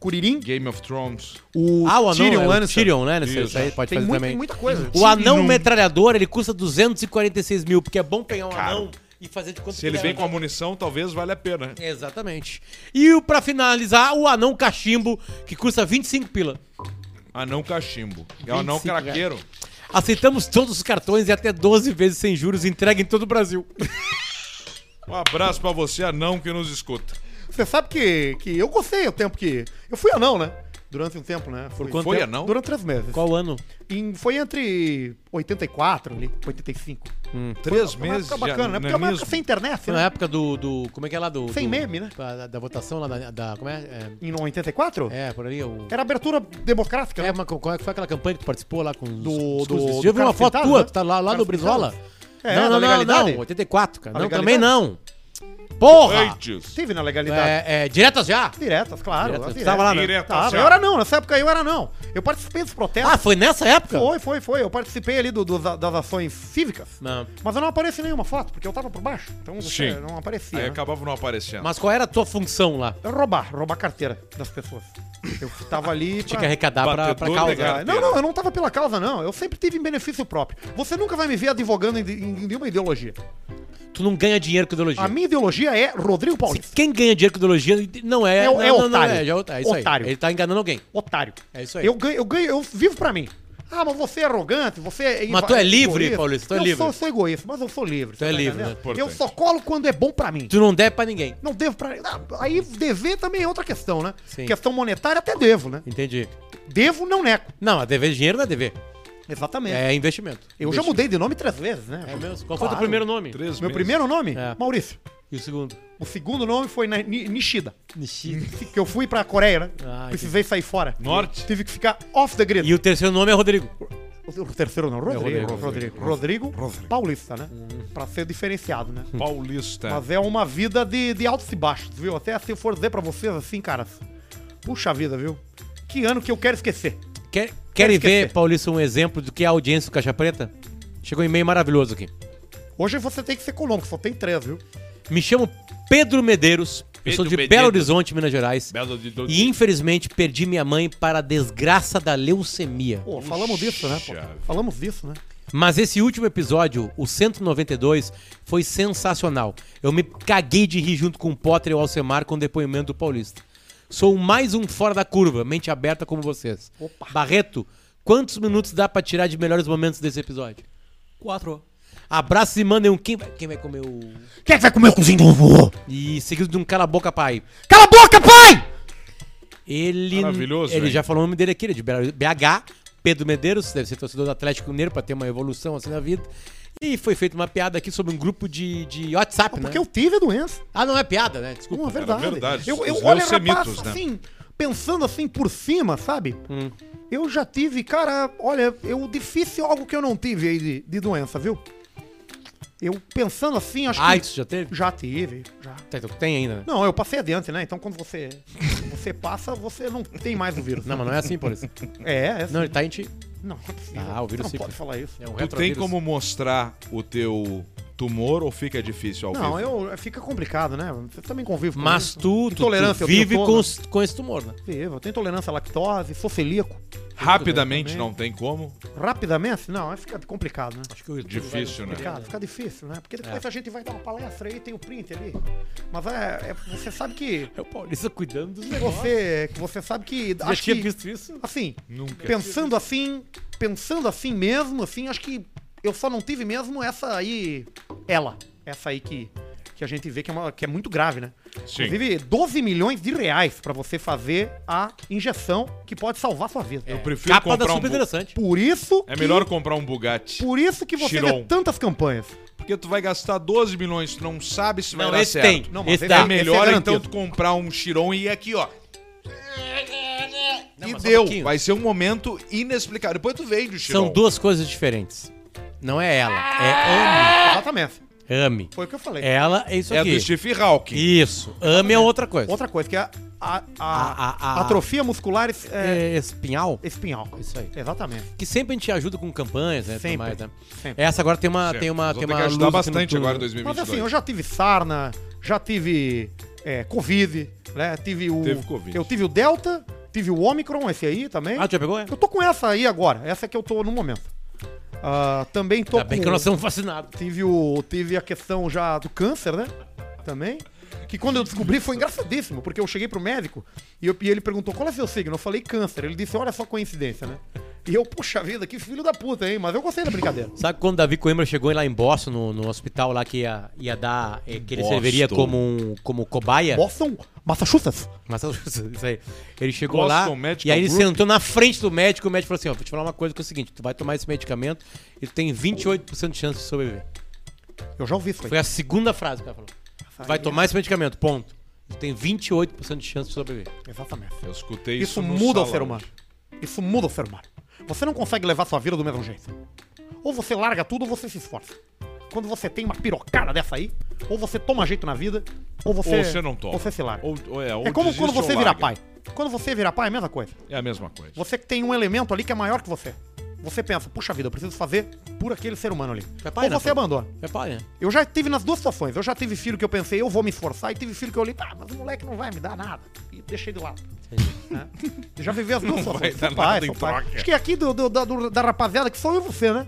Curirim. Game of Thrones. O Ah, o anão, Tyrion é, o Lannister. Tyrion né? Isso. Isso. aí pode Tem fazer muito- também. muita coisa. O anão metralhador, ele custa 246 mil, porque é bom pegar um anão e fazer de quanto Se ele quiser. vem com a munição, talvez valha a pena. Exatamente. E o- pra finalizar, o anão cachimbo, que custa 25 pila. Anão cachimbo. É o anão 25 reais. craqueiro. Aceitamos todos os cartões e até 12 vezes sem juros entregue em todo o Brasil. Um abraço pra você, anão que nos escuta. Você sabe que, que eu gostei o tempo que... Eu fui anão, né? Durante um tempo, né? Fui. quanto Foi tempo? anão? Durante três meses. Qual ano? Em- foi entre 84 ali, 85. Três Uma meses época de bacana, né? Porque é uma época ananismo. sem internet, Foi na né? época do, do. Como é que é lá? Do, Sem do- meme, né? Da, da votação lá da. da- como é? Em 84? é? É, por ali. O, Era abertura democrática, é né? uma, qual é que foi aquela campanha que tu participou lá com os. Do- com os do- discursos? do Eu vi uma Carlos foto Pintado, tua, né? tu tá lá, lá no Carlos Brizola. É, não, da não, não, legalidade? não, 84, cara. Da Não, legalidade? também não. Porra! Antes. Teve na legalidade. É, é, diretas já? Diretas, claro. Diretas. as Tu tava lá, né? Diretas, Tava. Eu era não, nessa época eu era não. Eu participei dos protestos. Ah, foi nessa época? foi, foi, foi. Eu participei ali do, do- das ações cívicas. Não. Mas eu não apareci em nenhuma foto, porque eu tava por baixo. Então você Sim. não aparecia. Aí né? acabava não aparecendo. Mas qual era a tua função lá? Eu Roubar, roubar carteira das pessoas. Eu tava ali. Tinha pra- que arrecadar pra, pra Batedor causa. legal. Não, não, eu não tava pela causa, não. Eu sempre tive em benefício próprio. Você nunca vai me ver advogando em, em nenhuma ideologia. né? Tu não ganha dinheiro com ideologia. A minha ideologia é Rodrigo Se Paulista. Quem ganha dinheiro com ideologia não é. É o- não, é não, não, otário. é, já é otário. é isso aí. Otário. Ele tá enganando alguém. Otário. É isso aí. Eu ganho, eu ganho, eu vivo pra mim. Ah, mas você é arrogante, você é. Mas tu é livre, egoísta. Paulista, tu é eu livre. Sou, eu sou egoísta, mas eu sou livre. você é tá livre, entendendo? né? Eu só colo quando é bom pra mim. Tu não deve pra ninguém. Não devo pra. Ah, Aí dever também é outra questão, né? Sim. Questão monetária até devo, né? Entendi. Devo, não nego. Não, a dever de dinheiro não é dever. Exatamente. É investimento. eu já mudei de nome três vezes, né? É mesmo. Qual foi Claro. o teu primeiro nome? Três Meu meses. primeiro nome? É. Maurício. E o segundo? O segundo nome foi na- Ni- Nishida. Nishida. Que eu fui pra Coreia, né? Ah, Precisei sair fora. Norte. Tive que ficar off the grid. E o terceiro nome é Rodrigo. O terceiro não, Rodrigo. Rodrigo, Rodrigo, Rodrigo, Paulista, né? Pra ser diferenciado, né? Paulista. Mas é uma vida de, de altos e baixos, viu? Até se eu for dizer pra vocês assim, cara, puxa vida, viu? Que ano que eu quero esquecer. Quer, querem ver, esquecer. Paulista, um exemplo do que é a audiência do Caixa Preta? Chegou um e-mail maravilhoso aqui. Hoje você tem que ser econômico, só tem três, viu? Me chamo Pedro Medeiros, Eu sou de Respeito, Belo Pedro. Horizonte, Minas Gerais. Belo de E infelizmente perdi minha mãe para a desgraça da leucemia. Pô, falamos disso, né? pô? Falamos disso, né? Mas esse último episódio, o 192, foi sensacional. Eu me caguei de rir junto com o Potter e o Alcemar com o depoimento do Paulista. Sou mais um fora da curva, mente aberta como vocês. Barreto, quantos minutos dá pra tirar de melhores momentos desse episódio? Quatro. Abraço e mandem um quem vai, quem vai comer o... Quem é que vai comer o cozinho do vovô? E seguido de um cala a boca, pai. Cala a boca, pai! Ele, Maravilhoso, Ele velho. já falou o nome dele aqui, ele é de BH, Pedro Medeiros, deve ser torcedor do Atlético Mineiro pra ter uma evolução assim na vida. E foi feita uma piada aqui sobre um grupo de, de WhatsApp, né? Porque eu tive a doença. Ah, não é piada, né? Desculpa. Não, é verdade. verdade, Eu, eu os olho rapaz, leucemitos, né? assim, pensando assim por cima, sabe? Hum. Eu já tive, cara, olha, eu difícil algo que eu não tive aí de, de doença, viu? Eu pensando assim, acho Ah, que. isso já teve? Já tive, já. Tá, então Tem ainda, né? Não, eu passei adiante, né? Então quando você você passa, você não tem mais o vírus. né? Não, mas não é assim, Paulista. É, é. Não, ele tá em ti. Não, não é possível. Ah, o vírus Você não fica. pode falar isso. É um Tu tem retrovírus. como mostrar o teu tumor ou fica difícil ao Não, vivo? eu, fica complicado, né? Você também convive com Mas isso. tu, tu, Intolerância, tu vive eu tenho com, toda. os- com esse tumor, né? Vivo, Eu tenho intolerância à lactose, sou celíaco. Rapidamente também. não tem como? Rapidamente? Não, aí fica complicado, né? Acho que o Difícil, É. né? Complicado, fica difícil, né? Porque depois a gente vai dar uma palestra aí, tem o print ali. Mas é, é- você sabe que É o Paulista cuidando dos negócios. você, que você sabe que Já acho tinha que visto isso? assim, Nunca. pensando assim, pensando assim mesmo, assim, acho que eu só não tive mesmo essa aí, ela, essa aí que que a gente vê que é, uma- que é muito grave, né? Sim. Inclusive, 12 milhões de reais pra você fazer a injeção que pode salvar sua vida. Eu prefiro É. Capa da comprar um. super Bu- interessante. Por isso É que- melhor comprar um Bugatti. por isso que você Chiron. vê tantas campanhas. Porque tu vai gastar 12 milhões, tu não sabe se vai Não, dar esse certo. tem. Não, mas esse ele É dá. é melhor garantido. então tu comprar um Chiron e ir aqui, ó. Não, e mas só um deu. pouquinho. vai ser um momento inexplicável. Depois tu vende o Chiron. São duas coisas diferentes. Não é ela, é Exatamente. ame. Ame. Foi o que eu falei. Ela é isso É aqui. do Steve Hawking. Isso. Ame é outra coisa. Outra coisa, que é a, a, A- a- a, a- atrofia muscular es- é, É espinhal. espinhal. Isso aí. Exatamente. Que sempre a gente ajuda com campanhas, né? tudo Sempre, Mais, né? sempre. Essa agora tem uma. Certo. Tem uma, Nós tem vamos ter uma que ajudar luz bastante aqui no túnel. agora em 2022. Mas assim, eu já tive sarna, já tive é, Covid, né? Tive o. Teve Covid. Eu tive o Delta, tive o Omicron, esse aí também. Ah, tu já pegou? É? Eu tô com essa aí agora. Essa é que eu tô no momento. Ah, também tô Ainda bem com. que nós estamos vacinados. tive, o, tive a questão já do câncer, né? Também. Que quando eu descobri foi engraçadíssimo, porque eu cheguei pro médico e, eu- e ele perguntou qual é seu signo. Eu falei câncer. Ele disse, olha só coincidência, né? E eu, puxa vida, que filho da puta, hein? Mas eu gostei da brincadeira. Sabe quando Davi Coimbra chegou lá em Boston, no, no hospital lá que ia, ia dar. eh, que ele Boston. serviria como, um- como cobaia? Boston, Massachusetts. Mas isso aí. Ele chegou Boston lá Medical e aí ele Group. sentou na frente do médico. e O médico falou assim: ó, vou te falar uma coisa que é o seguinte: tu vai tomar esse medicamento e tu tem 28% de chance de sobreviver. Eu já ouvi isso aí. Foi a segunda frase que o cara falou. Tu vai tomar esse medicamento, ponto. Tu tem 28% de chance de sobreviver. Exatamente. Eu escutei isso Isso no muda o salão. ser humano. Isso muda o ser humano. Você não consegue levar sua vida do mesmo jeito. Ou você larga tudo ou você se esforça. Quando você tem uma pirocada dessa aí, ou você toma jeito na vida, ou você. Ou você não toma. Ou você se larga. Ou- ou é, ou É como desiste quando ou você virar larga. pai. Quando você virar pai, é a mesma coisa. É a mesma coisa. Você tem um elemento ali que é maior que você. Você pensa, puxa vida, eu preciso fazer por aquele ser humano ali. É pai, Ou né, você pô? abandona. É pai, né? Eu já tive nas duas situações. Eu já tive filho que eu pensei, eu vou me esforçar, e tive filho que eu olhei, ah, mas o moleque não vai me dar nada. E deixei de lado. Né? Eu Já vivi as duas situações. dar Sou pai, nada em sou pai. troca. Acho que é aqui do, do- da, do- da rapaziada que sou eu e você, né?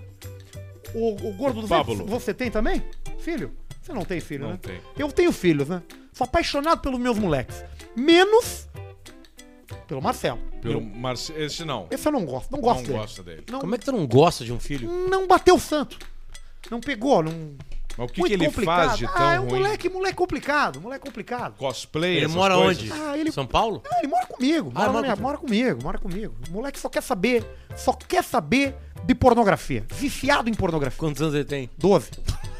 O, o gordo do Pablo. você tem também? Filho? Você não tem filho, Não né? tem. Eu tenho filhos, né? Sou apaixonado pelos meus moleques. Menos pelo Marcelo. Pelo Marce... Esse não. Esse eu não gosto. Não Não gosto dele. gosta é? dele. Não, Como é que tu não gosta de um filho? Hum. não bateu o santo. Não pegou, não. Mas o que, que ele faz de tão ah, é um ruim? moleque, moleque complicado, moleque complicado. Cosplay, Ele essas mora coisas? onde? Ah, ele- São Paulo? Ah, ele mora comigo, mora, Ah, na mora minha- contigo. mora comigo, mora comigo. O moleque só quer saber, só quer saber de pornografia. Viciado em pornografia. Quantos anos ele tem? 12.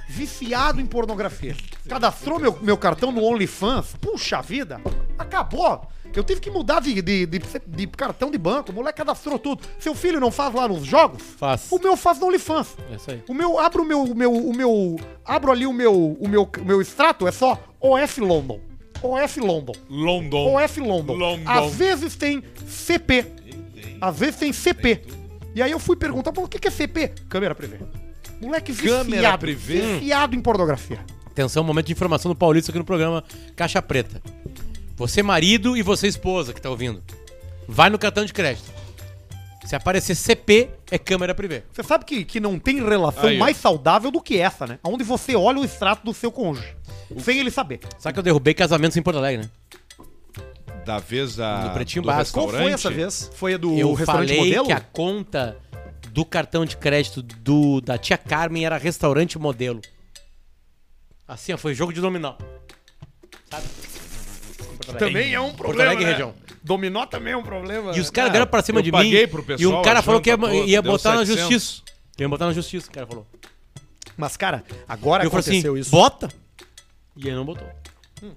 Viciado em pornografia. Cadastrou meu, meu cartão no OnlyFans. Puxa vida, acabou. Eu tive que mudar de, de, de, de cartão de banco. O moleque cadastrou tudo. Seu filho não faz lá nos jogos? Faz. O meu faz no OnlyFans. É isso aí. O meu, abro o meu, o meu, o meu, abro ali o meu, o meu, o meu extrato, é só OF London. OF London. London. OF London. London. Às vezes tem CP. Às vezes tem CP. E aí eu fui perguntar, pô, o que que é CP? Câmera privê. Moleque Câmera viciado. privê? Viciado em pornografia. Atenção, momento de informação do Paulista aqui no programa Caixa Preta. Você é marido e você esposa que tá ouvindo. Vai no cartão de crédito. Se aparecer CP, é câmera privê. Você sabe que, que não tem relação Aí, ó. mais saudável do que essa, né? Onde você olha o extrato do seu cônjuge, sem ele saber. Sabe que eu derrubei casamentos em Porto Alegre, né? é? Da vez da. Do Pretinho do Básico. Qual foi restaurante? essa vez? Foi a do eu restaurante falei modelo? que a conta do cartão de crédito do, da tia Carmen era restaurante modelo. Assim, ó, foi jogo de dominó. Sabe? Também é um Porto problema, Alegre, né? região. Dominó também é um problema. E os caras né? vieram pra cima Ah, eu de mim. paguei pro pessoal e um cara falou achando que ia, pra todos, ia deu botar na 700. justiça. Ia botar na justiça, o cara falou. Mas, cara, agora eu falei aconteceu assim, isso. bota. E ele não botou. Hum.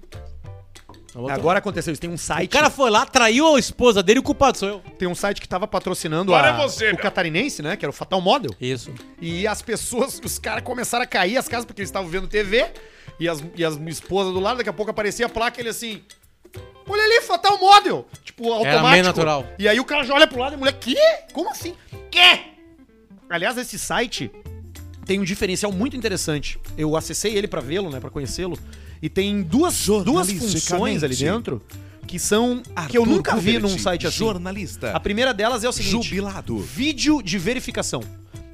Não botou. Agora aconteceu isso. Tem um o site. cara foi lá, traiu a esposa dele, o culpado sou eu. Tem um site que tava patrocinando Agora a- é você, o meu. catarinense, né? Que era o Fatal Model. Isso. E as pessoas, os caras começaram a cair as casas porque eles estavam vendo TV e as, e as esposas do lado, daqui a pouco aparecia a placa e ele assim. Olha ali, Fatal Model! Tipo, automático. meio natural. E aí o cara já olha pro lado e a mulher, quê? Como assim? Quê? Aliás, esse site tem um diferencial muito interessante. Eu acessei ele pra vê-lo, né, Pra conhecê-lo, e tem duas duas funções ali dentro que são que eu Arthur nunca vi Gubert, num site assim. Jornalista. A primeira delas é o seguinte: Jubilado. vídeo de verificação.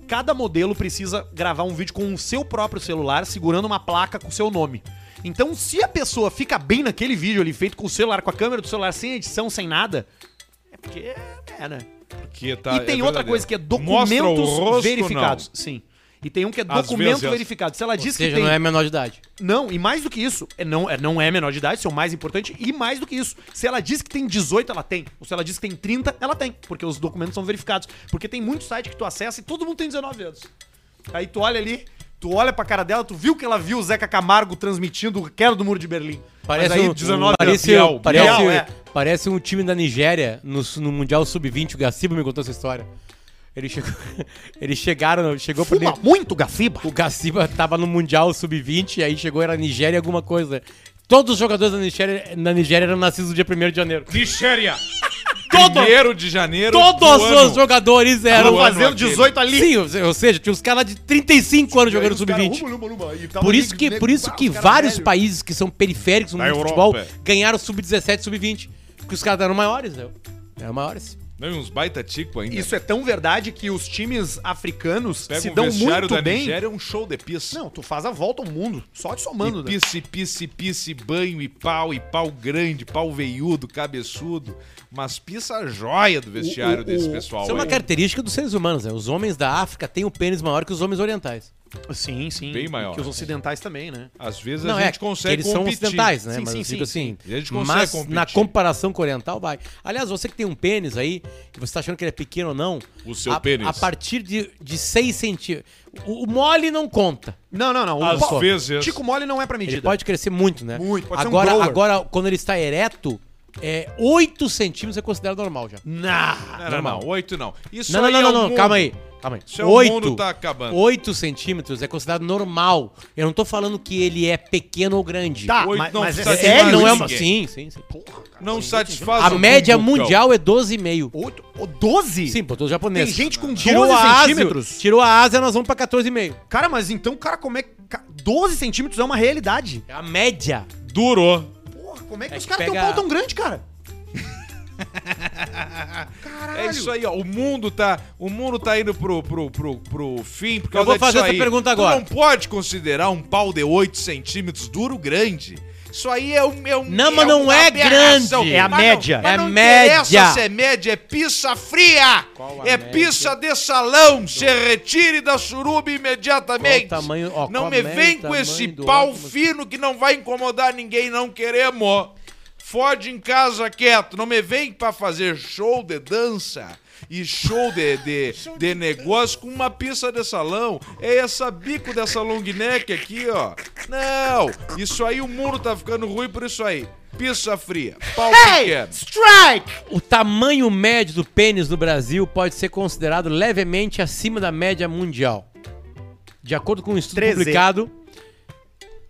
Cada modelo precisa gravar um vídeo com o seu próprio celular, segurando uma placa com o seu nome. Então, se a pessoa fica bem naquele vídeo ali, feito com o celular, com a câmera do celular, sem edição, sem nada, é porque é, né? Que tá- e tem é outra verdadeiro. coisa que é Mostra o documentos rosto, verificados. Sim. E tem um que é Às documento vezes. verificado. Se ela Ou diz que seja, tem não é menor de idade. não, e mais do que isso, é não, é, não é menor de idade, isso é o mais importante. E mais do que isso, se ela diz que tem 18, ela tem. Ou se ela diz que tem 30, ela tem. Porque os documentos são verificados. Porque tem muito site que tu acessa e todo mundo tem 19 anos. Aí tu olha ali, tu olha pra cara dela, tu viu que ela viu o Zeca Camargo transmitindo o Quero do Muro de Berlim. Parece Mas aí, um, 19 anos. parece, Biel, parece, Biel, é. parece um time da Nigéria no, su- no Mundial Sub-20. O Gaciba me contou essa história. Ele chegou, eles chegaram, chegou pra Fuma ele. muito, Gaciba. O Gaciba tava no Mundial Sub-20 e aí chegou, era Nigéria alguma coisa. Todos os jogadores da Nigéria, na Nigéria eram nascidos no dia 1 de janeiro. Nigéria! Todo- Primeiro de janeiro. do Todos um ano. os jogadores eram... um Estavam fazendo 18 ali. Sim, ou se- ou seja, tinha uns caras de 35 anos jogando Sub-20. Por isso que, por ah, isso que vários países que são periféricos no Da mundo do Europa. futebol ganharam sub-17, sub-20. Porque os caras eram maiores, né? Eram maiores. Não, e uns baita tico ainda. Isso é tão verdade que os times africanos Pega se um dão vestiário muito da bem. Nigéria, é um show de pis. Não, tu faz a volta ao mundo, só te somando, E né? pisse, pisse, pisse, banho e pau, e pau grande, pau veiudo, cabeçudo. Mas pissa a joia do vestiário o- desse o- pessoal. Isso é uma aí. característica dos seres humanos, né? Os homens da África têm um pênis maior que os homens orientais. Sim, sim. Bem maior. Que os ocidentais também, né? Às vezes Não, a é, gente que consegue eles são ocidentais, né? Sim, mas sim, eu digo assim, sim. A gente consegue mas competir. na comparação com o oriental vai. Aliás, você que tem um pênis aí, e você tá achando que ele é pequeno ou não... O seu a, pênis. A partir de, de 6 centímetros... O, o mole não conta. Não, não, não. O Às pau- vezes. Tico mole não é pra medida. Ele pode crescer muito, né? Muito, pode ser um agora, grower. agora, quando ele está ereto, é, 8 centímetros é considerado normal já. Nah. Não, não, não, oito não. Isso não, não, aí não, é não, o não, mundo. calma aí. Calma aí. Isso é o mundo tá acabando. 8 centímetros é considerado normal. Eu não tô falando que ele é pequeno ou grande. Tá, Oito mas, não mas é precisa É, de sério mais não é isso? uma. Sim, sim, sim. Não satisfaz A o média público. mundial é 12,5. Oito, oh, 12? Sim, botou os Tem japoneses. gente com 12 tirou a centímetros. Ásia, tirou a Ásia, nós vamos pra 14,5. Cara, mas então, cara, como é que... ca- 12 centímetros é uma realidade. É a média. Durou. Porra, como é que É os que caras têm um pega- pau tão grande, cara? É isso aí, ó. O mundo tá, o mundo tá indo pro, pro, pro, pro fim. Porque Eu vou fazer essa pergunta agora. não pode considerar um pau de 8 centímetros duro grande. Isso aí é um. É um Não, mas uma não é aberração. grande. É a Mas média. Não, mas É não média. interessa se é média, é pizza fria. Qual a É média? pizza de salão. Se retire da suruba imediatamente. Qual o tamanho- ó, qual não a me média, vem o com esse tamanho do pau óculos? fino que não vai incomodar ninguém, não queremos. Fode em casa quieto, não me vem pra fazer show de dança e show de, de, de negócio com uma pista de salão. É essa bico dessa long neck aqui, ó. Não, isso aí o muro tá ficando ruim por isso aí. Pista fria, pau pequeno. Strike! O tamanho médio do pênis no Brasil pode ser considerado levemente acima da média mundial. De acordo com um estudo 13. publicado,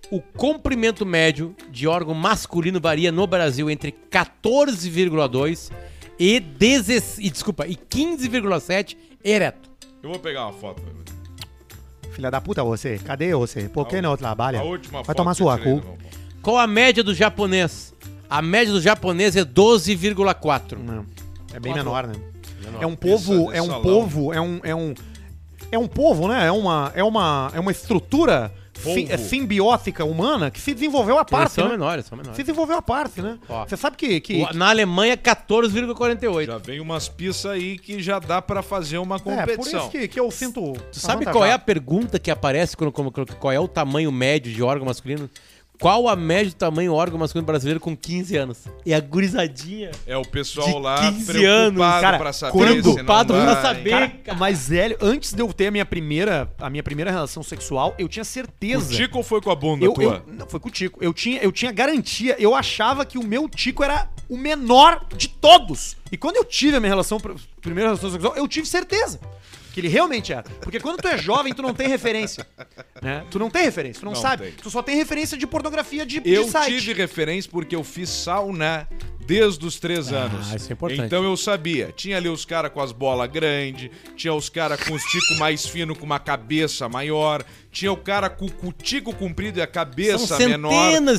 o comprimento médio de órgão masculino varia no Brasil entre 14,2 e 10, e, desculpa, e 15,7 ereto. Eu vou pegar uma foto. Filha da puta, você. Tá Cadê você? Por que não trabalha? A última Vai foto tomar que sua eu tirei cu. da mão. Qual a média do japonês? A média do japonês é 12,4. É bem Quatro. menor, né? É um povo, Pizza é de um salão. povo, é um é um é um povo, né? É uma é uma é uma estrutura fi- Polvo. é, simbiótica humana que se desenvolveu à Eles parte, são né? menores, são menores. Se desenvolveu à parte, né? Ó. Você sabe que que, O- Na Alemanha, 14,48. Já vem umas pistas aí que já dá pra fazer uma é por competição. isso que, que eu sinto Tu sabe qual é a avantajado. pergunta que aparece quando quando- quando- qual é o tamanho médio de órgão masculino? Qual a média do tamanho órgão masculino brasileiro com 15 anos? É a gurizadinha. É o pessoal De lá 15 preocupado anos, cara, pra saber quando- se não preocupado pra vai. saber. Cara, Cara. mas velho, antes de eu ter a minha primeira, a minha primeira relação sexual, eu tinha certeza. O Tico foi com a bunda eu, tua? eu- não, foi com o Tico. Eu tinha, eu tinha garantia, eu achava que o meu Tico era o menor de todos. E quando eu tive a minha relação, pr- primeira relação sexual, eu tive certeza que ele realmente era. Porque quando tu é jovem, tu não tem referência. Né? Tu não tem referência, tu não, Não sabe. tem. Tu só tem referência de pornografia de, de Eu site. tive referência porque eu fiz sauna desde os três anos. isso é importante. Então eu sabia. Tinha ali os caras com as bolas grandes, tinha os caras com os ticos mais fino, com uma cabeça maior, tinha o cara com o tico comprido e a cabeça São centenas,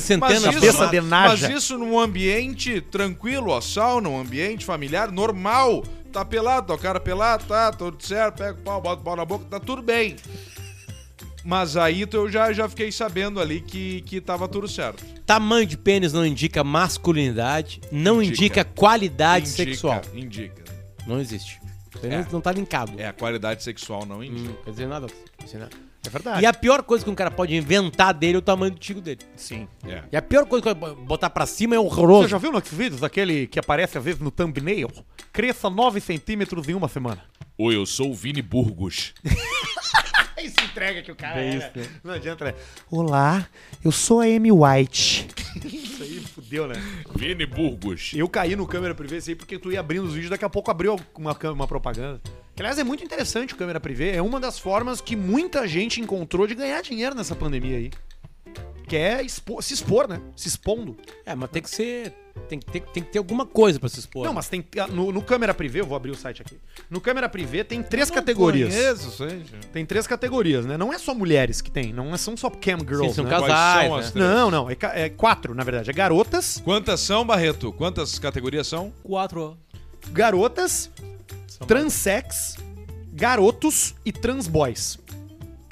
menor. centenas. mas isso, Cabeça de mas naja. isso num ambiente tranquilo, ó, sauna, um ambiente familiar, normal. Tá pelado, ó, o cara pelado, tá, tudo certo, pega o pau, bota o pau na boca, tá tudo bem. Mas aí tu- eu já, já fiquei sabendo ali que, que tava tudo certo. Tamanho de pênis não indica masculinidade, não indica, Indica. qualidade Indica, sexual. Indica. Não existe. Isso aí É. Não tá linkado. É, a qualidade sexual não indica. Não quer dizer nada. quer dizer nada. É verdade. E a pior coisa que um cara pode inventar dele é o tamanho do tico dele. Sim. É. E a pior coisa que eu- botar pra cima é Você horroroso. já viu nos vídeos aquele que aparece às vezes no thumbnail? Cresça 9 centímetros em uma semana. Oi, eu sou o Vini Burgos. Aí se entrega É que o cara é. Não adianta, né? Olá, eu sou a Amy White. Isso aí fudeu, né? Vini Burgos. Eu caí no câmera privê isso aí porque tu ia abrindo os vídeos, daqui a pouco abriu uma, câ- uma propaganda. Que, aliás, é muito interessante o câmera privê. É uma das formas que muita gente encontrou de ganhar dinheiro nessa pandemia aí. Que é expo- se expor, né? Se expondo. É, mas tem que ser. Tem que ter, tem que ter alguma coisa pra se expor. né? Não, mas tem. ah, No, no câmera privê, eu vou abrir o site aqui. No câmera privê tem três categorias. Conheço, sei, gente. Tem três categorias, né? Não é só mulheres que tem, não é- são só cam girls. Sim, são né? casais, Quais são né? as três? Não, não. É, ca- é quatro, na verdade. É garotas, Quantas são, Barreto? Quantas categorias são? Quatro. garotas, transex, garotos e transboys.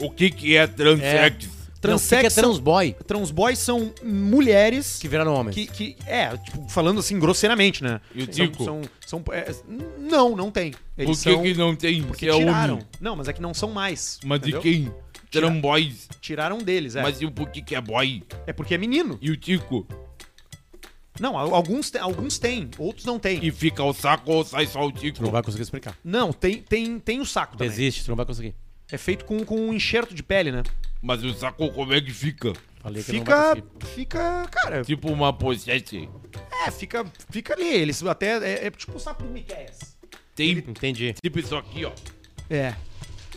O que que é transex? Transex é Transex são... transboy Transboys são mulheres que viraram homem. que, que- É, tipo, falando assim grosseiramente, né? E o São- Tico? São, são, é, não, não tem. É, Eles são... não tem? é Porque um tiraram. Não, mas é que não são mais. entendeu? quem? Tramboys. Tiraram deles, é. e por que que é boy? É porque é menino. E o Tico? Não, al- alguns, te- alguns têm, outros não têm. fica o saco ou sai só o Tico? Tu não vai conseguir explicar. Não, tem, tem, tem o saco também. Desiste, tu não vai conseguir. É feito com, com um enxerto de pele, né? Mas o saco como é que fica? Falei que não vai Fica. conseguir. Fica. Cara, Tipo uma pochete. é, fica, fica ali. Eles até. É, é tipo o sapo do Miquéias. Tem Entendi. tipo isso aqui, ó. É.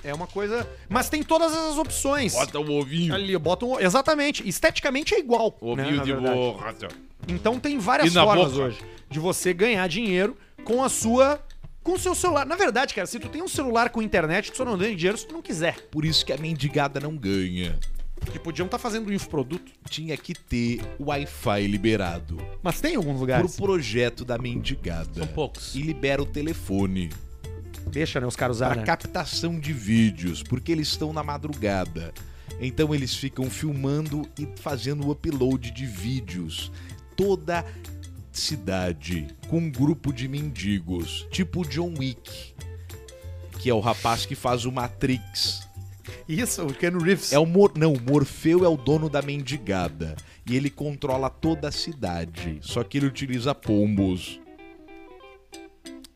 É uma coisa. Mas tem todas as opções. Bota o ovinho. Ali, botam. Exatamente. Esteticamente é igual. né, Ovinho na de verdade. borracha. Então tem várias E na formas boca? hoje de você ganhar dinheiro com a sua. Com o seu celular. Na verdade, cara, se tu tem um celular com internet, tu só não ganha dinheiro se tu não quiser. Por isso que a mendigada não ganha. Porque podiam estar fazendo um infoproduto. Tinha que ter Wi-Fi liberado. Mas tem em alguns Pro lugares. projeto da mendigada. São poucos. E libera o telefone. Deixa, né, os caras usarem. para captação de vídeos, porque eles estão na madrugada. Então eles ficam filmando e fazendo o upload de vídeos. Toda cidade com um grupo de mendigos, tipo o John Wick, que é o rapaz que faz o Matrix. Isso, o Ken Reeves. É o Mor não, o Morfeu é o dono da mendigada e ele controla toda a cidade. Só que ele utiliza pombos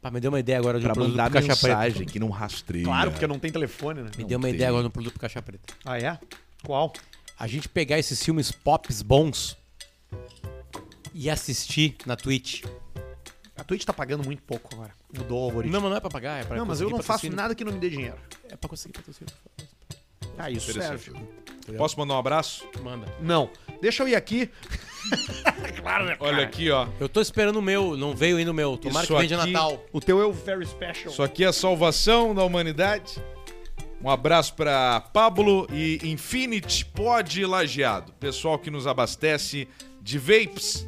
Pá, me deu uma ideia agora de um para produto mandar pro caixa preta. mensagem que não rastreia. Claro, porque não tem telefone, né? Me deu uma tem. ideia agora de um produto pro caixa preta. Ah, é? Qual? A gente pegar esses filmes pops bons e assistir na Twitch. A Twitch tá pagando muito pouco agora. Mudou o algoritmo. Não, mas não é pra pagar, é pra Não, mas eu não conseguir faço patrocínio. nada que não me dê dinheiro. É pra conseguir patrocínio. Ah, isso Interessante. serve. Posso mandar um abraço? Manda. Não. Deixa eu ir aqui. Olha aqui, ó. Eu tô esperando o meu, não veio ainda o meu. Tomara Isso que venha de aqui- Natal. O teu é o Very Special. Isso aqui é a salvação da humanidade. Um abraço pra Pablo e Infinity Pod Lajeado, pessoal que nos abastece de vapes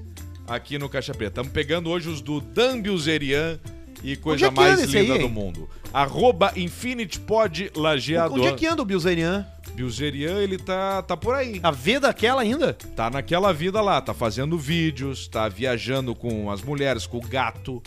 aqui no Caixa Preta. Estamos pegando hoje os do Dan Bilzerian e Onde coisa é que mais anda esse aí, linda do hein? mundo. Arroba Infinity Pod Lajeador. Onde é que anda o Bilzerian? Bilzerian, ele tá, tá por aí. A V daquela ainda? Tá naquela vida lá, tá fazendo vídeos, tá viajando com as mulheres, com o gato,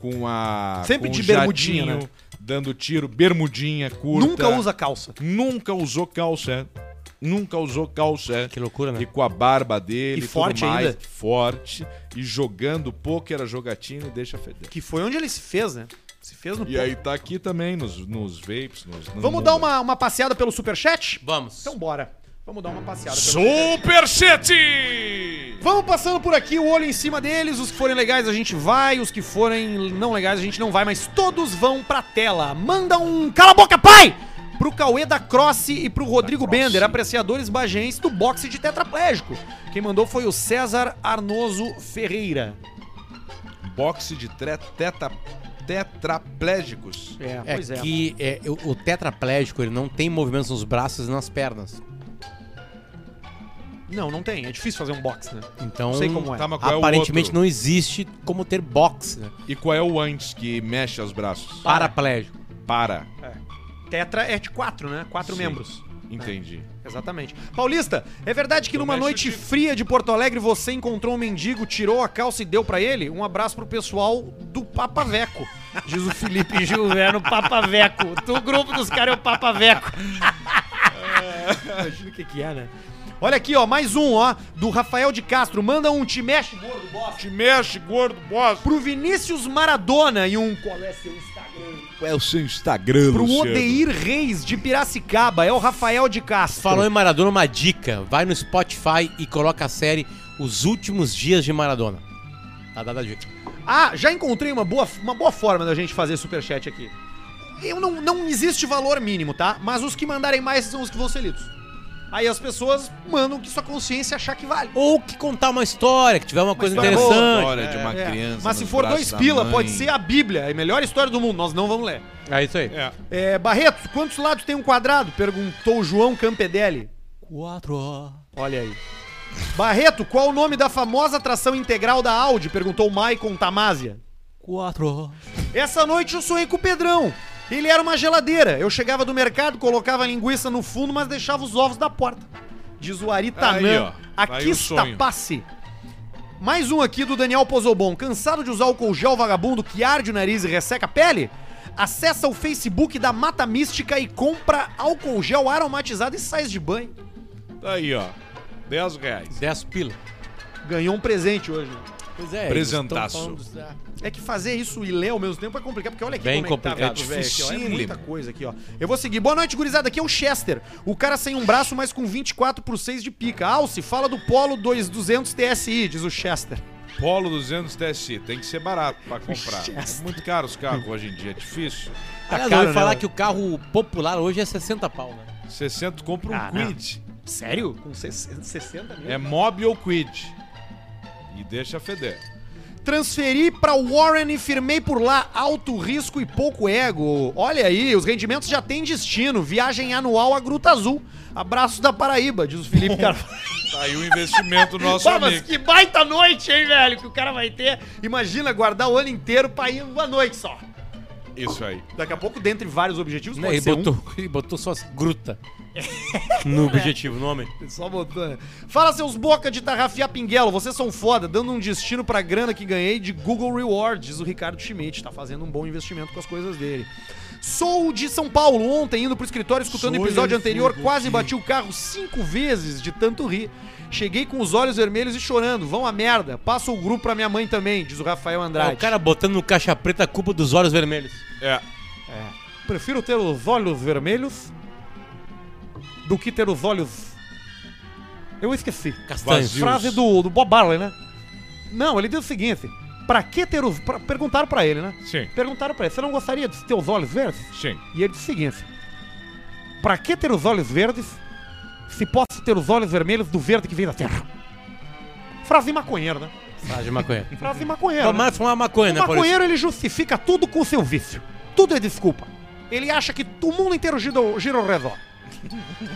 com a. Sempre com de o bermudinha, jatinho, né? Dando tiro, bermudinha, curta. Nunca usa calça. Nunca usou calça. é. Nunca usou calça. é. Que loucura, né? E com a barba dele, E forte tudo mais, ainda. forte. E jogando pôquer, a jogatina e deixa feder. Que foi onde ele se fez, né? Se fez no E aí tá aqui também, nos, nos vapes, nos. no Vamos mundo. dar uma, uma passeada pelo Superchat? Vamos. Então bora. Vamos dar uma passeada pelo Superchat! Vamos passando por aqui, o olho em cima deles. Os que forem legais a gente vai, os que forem não legais a gente não vai, mas todos vão pra tela. Manda um cala a boca, pai! Pro Cauê da Croce e pro Rodrigo Bender, apreciadores bagenses do boxe de tetraplégico. Quem mandou foi o César Arnoso Ferreira. Boxe de tre- teta, tetraplégicos. É, É que é, eu- o tetraplégico ele não tem movimentos nos braços e nas pernas. Não, não tem. É difícil fazer um boxe, né? Então, Sei como é. Tá, mas qual é o aparentemente outro? não existe como ter boxe, né? E qual é o antes que mexe os braços? Paraplégico. Para. Tetra é de quatro, né? Quatro Sim. membros. Entendi. Exatamente. Paulista, é verdade que Então numa mexe noite o tico. fria de Porto Alegre você encontrou um mendigo, tirou a calça e deu pra ele? Um abraço pro pessoal do Papaveco. Diz o Felipe Gilverno Papaveco. O grupo dos caras é o Papaveco. Imagina o que, que é, né? Olha aqui, ó, mais um, ó, do Rafael de Castro. Manda um te mexe gordo bosta Te mexe, gordo bosta. pro Vinícius Maradona e um qual é seu Qual é o seu Instagram, pro Luciano? Odeir Reis de Piracicaba. É o Rafael de Castro. Falou em Maradona, uma dica. Vai no Spotify e coloca a série Os Últimos Dias de Maradona. Tá dada a dica. Ah, já encontrei uma boa, uma boa forma da gente fazer superchat aqui. Eu não, não existe valor mínimo, tá? Mas os que mandarem mais são os que vão ser lidos. Aí as pessoas mandam o que sua consciência achar que vale. Ou que contar uma história, que tiver uma, coisa história boa, interessante. História de uma É, criança. Mas se nos for braços dois da pila, mãe. pode ser a Bíblia. É a melhor história do mundo. Nós não vamos ler. É isso aí. É. É, Barreto, quantos lados tem um quadrado? Perguntou o João Campedelli. Quatro. Olha aí. Barreto, qual o nome da famosa atração integral da Audi? Perguntou Maicon Tamazia. Quatro. Essa noite eu sonhei com o Pedrão. Ele era uma geladeira. Eu chegava do mercado, colocava a linguiça no fundo, mas deixava os ovos da porta. Diz o Aí, Aritanã. ó. Aqui Aí o está sonho. passe. Mais um aqui do Daniel Pozobon. Cansado de usar álcool gel vagabundo que arde o nariz e resseca a pele? Acessa o Facebook da Mata Mística e compra álcool gel aromatizado e sais de banho. Tá aí, ó. 10 reais. Dez pila. Ganhou um presente hoje. Pois é. Presentaço. eles tão falando dos- É que fazer isso e ler ao mesmo tempo é complicado, porque olha que Bem como que tá, complicado. velho, aqui, ó, é Dificílimo. muita coisa aqui, ó. Eu vou seguir. Boa noite, gurizada. Aqui é o Chester. O cara sem um braço, mas com 24 por 6 de pica. Alce, fala do Polo 2200 TSI, diz o Chester. Polo 200 TSI. Tem que ser barato pra comprar. É muito caro os carros hoje em dia. É difícil. Aliás, eu caro, ouvi falar né? que o carro popular hoje é 60 pau, né? 60 compra um Ah, não. quid. Sério? Com 60, 60 mil? É mob ou quid. E deixa feder. Transferi pra Warren e firmei por lá. Alto risco e pouco ego. Olha aí, os rendimentos já têm destino. Viagem anual à Gruta Azul. Abraços da Paraíba, diz o Felipe Carvalho. Tá aí o investimento do nosso Pá, mas amigo. que baita noite, hein, velho? Que o cara vai ter. Imagina guardar o ano inteiro pra ir uma noite só. Isso aí. Daqui a pouco, dentre vários objetivos, Né, pode Ele ser um botou, ele botou só as gruta no objetivo, no homem. um. Só botando. Fala, seus boca de tarrafiar pinguelo. Vocês são foda, dando um destino pra grana que ganhei de Google Rewards, diz o Ricardo Schmidt. Tá fazendo um bom investimento com as coisas dele. Sou de São Paulo, ontem indo pro escritório, escutando o episódio anterior, quase bati o carro cinco vezes de tanto rir. Cheguei com os olhos vermelhos e chorando. Vão a merda. Passa o grupo pra minha mãe também, diz o Rafael Andrade. É, o cara botando no caixa preta a culpa dos olhos vermelhos. É. Prefiro ter os olhos vermelhos do que ter os olhos. Eu esqueci. Castanhos. Vazios. Frase do, do Bob Marley, né? Não, ele diz o seguinte: pra que ter os. pra- perguntaram pra ele, né? Sim, Perguntaram pra ele: você não gostaria de ter os olhos verdes? sim. E ele disse o seguinte: pra que ter os olhos verdes se posso ter os olhos vermelhos do verde que vem da terra? Frase maconheira, né? Frase de maconha. Frase maconheira. né? Tomara fumar maconha, né, O Paulista? maconheiro ele justifica tudo com o seu vício. Tudo é desculpa. Ele acha que o mundo inteiro gira, gira ao redor.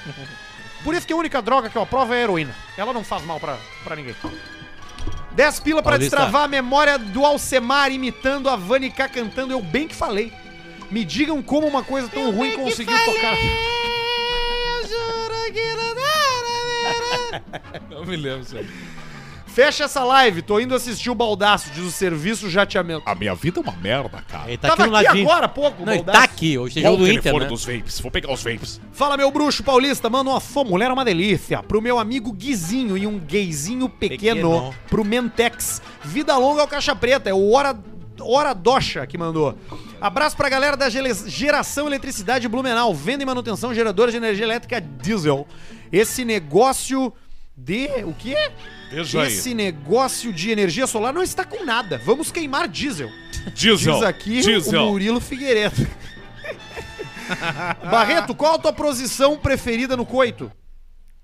Por isso que a única droga que eu aprovo é a heroína. Ela não faz mal pra, pra ninguém. 10 pila pra Paulista. destravar a memória do Alcemar imitando a Vanica cantando Eu Bem Que Falei. Me digam como uma coisa tão ruim conseguiu tocar. Não me lembro, senhor. Fecha essa live, tô indo assistir o Baldaço, diz o serviço jateamento. A minha vida é uma merda, cara. Ele Ah, tá Tava aqui no aqui ladinho. agora há pouco, Não, ele Baldaço. tá aqui. Hoje é jogo do Inter, né? dos vapes. Vou pegar os vapes. Fala, meu bruxo paulista, mano, a sua mulher é uma delícia. Pro meu amigo Guizinho e um gayzinho pequeno, Pequeno. pro Mentex. Vida longa ao Caixa Preta, é o Hora, Hora Docha que mandou. Abraço pra galera da gele- Geração Eletricidade Blumenau, venda e manutenção geradores de energia elétrica é diesel. Esse negócio de... o quê? Veja aí. Esse negócio de energia solar não está com nada. Vamos queimar diesel. Diesel. Diz aqui o Diesel. Murilo Figueiredo. Barreto, qual a tua posição preferida no coito?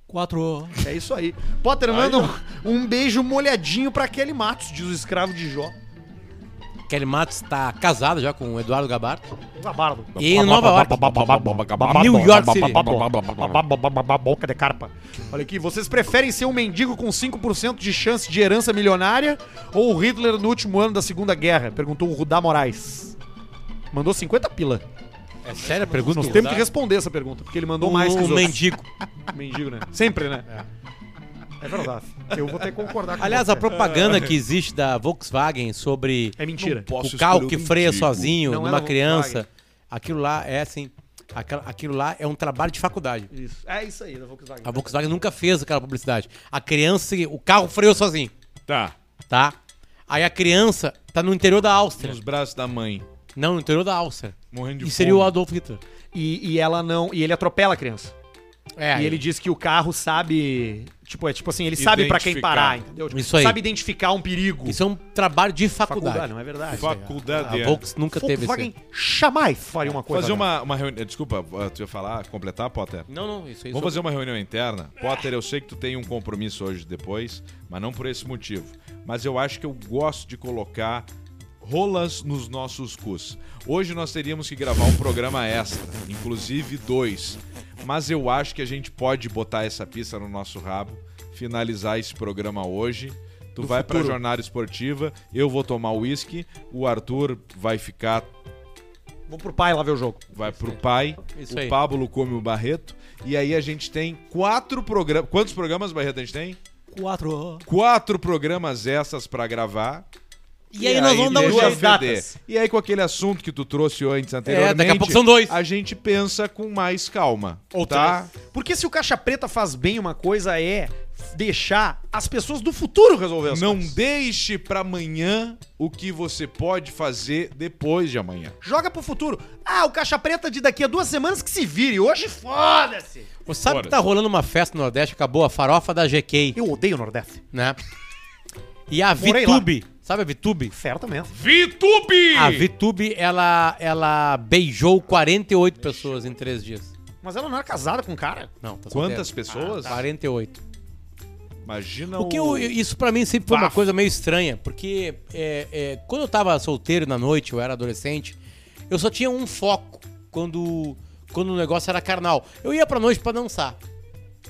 Quatro. É isso aí. Potter, manda um, um beijo molhadinho pra Kelly Matos, diz o escravo de Jó. Kelly Matos tá casado já com o Eduardo Gabarto. Gabardo. E em Nova York. New York City. Tá Boca de carpa. Olha aqui, vocês preferem ser um mendigo com 5% de chance de herança milionária ou o Hitler no último ano da Segunda Guerra? Perguntou o Rudá Moraes. Mandou 50 pila. É sério a pergunta? Nós temos que responder essa pergunta, porque ele mandou mais que os um outros. mendigo. Mendigo, né? Sempre, né? É, verdade. Eu vou ter que concordar com Aliás, você. a propaganda que existe da Volkswagen sobre É mentira. o carro que freia sozinho Não é numa da criança, Volkswagen. aquilo lá é assim, aquela- aquilo lá é um trabalho de faculdade. Isso. É isso aí, da Volkswagen. A Volkswagen nunca fez aquela publicidade. A criança, o carro freou sozinho, Tá. tá? Aí a criança tá no interior da Áustria. Nos braços da mãe. Não, no interior da Áustria. Morrendo de E seria fome. o Adolf Hitler. E, e ela não. E ele atropela a criança. É, E ele diz que o carro sabe. Tipo, é tipo assim, ele sabe pra quem Identificar. parar, entendeu? Tipo, Isso aí. Sabe identificar um perigo. Isso é um trabalho de faculdade. não é verdade? A Faculdade. é. Volks nunca teve Volkswagen esse... jamais faria uma coisa. Fazer dessa. uma, uma reunião. Desculpa, eh, tu ia falar, completar, Potter? Não, não, isso aí. Vamos fazer uma reunião interna? Potter, eu sei que tu tem um compromisso hoje depois, mas não por esse motivo. Mas eu acho que eu gosto de colocar rolas nos nossos cus. Hoje nós teríamos que gravar um programa extra, inclusive dois. Mas eu acho que a gente pode botar essa pista no nosso rabo, finalizar esse programa hoje. Tu vai pra jornada esportiva, eu vou tomar uísque, o Arthur vai ficar Vou pro pai lá ver o jogo. vai pro pai, Isso o aí. Pablo come o Barreto, e aí a gente tem quatro programas. Quantos programas, Barreto, a gente tem? Quatro. Quatro programas essas pra gravar. E aí nós vamos dar um deixa jeito. feder. datas. E aí com aquele assunto que tu trouxe antes anteriormente. É, daqui a pouco são dois. A gente pensa com mais calma, Ou tá? Porque se o Caixa Preta faz bem uma coisa, é deixar as pessoas do futuro resolver as Não coisas. deixe pra amanhã o que você pode fazer depois de amanhã. Joga pro futuro. Ah, o Caixa Preta de daqui a duas semanas que se vire. Hoje foda-se. Você sabe que tá rolando uma festa no Nordeste, acabou a farofa da GK, Eu odeio o Nordeste. né? E a Morei VTube, sabe a VTube? Certamente. VTube! A VTube, ela, ela beijou 48 pessoas em três dias. Mas ela não era casada com um cara. Não, tá solteira. Quantas pessoas? Então, Ah, 48. Imagina O que eu- eu- isso pra mim sempre foi uma coisa meio estranha, porque é, é, quando eu tava solteiro na noite, eu era adolescente, eu só tinha um foco quando, quando o negócio era carnal. Eu ia pra noite pra dançar.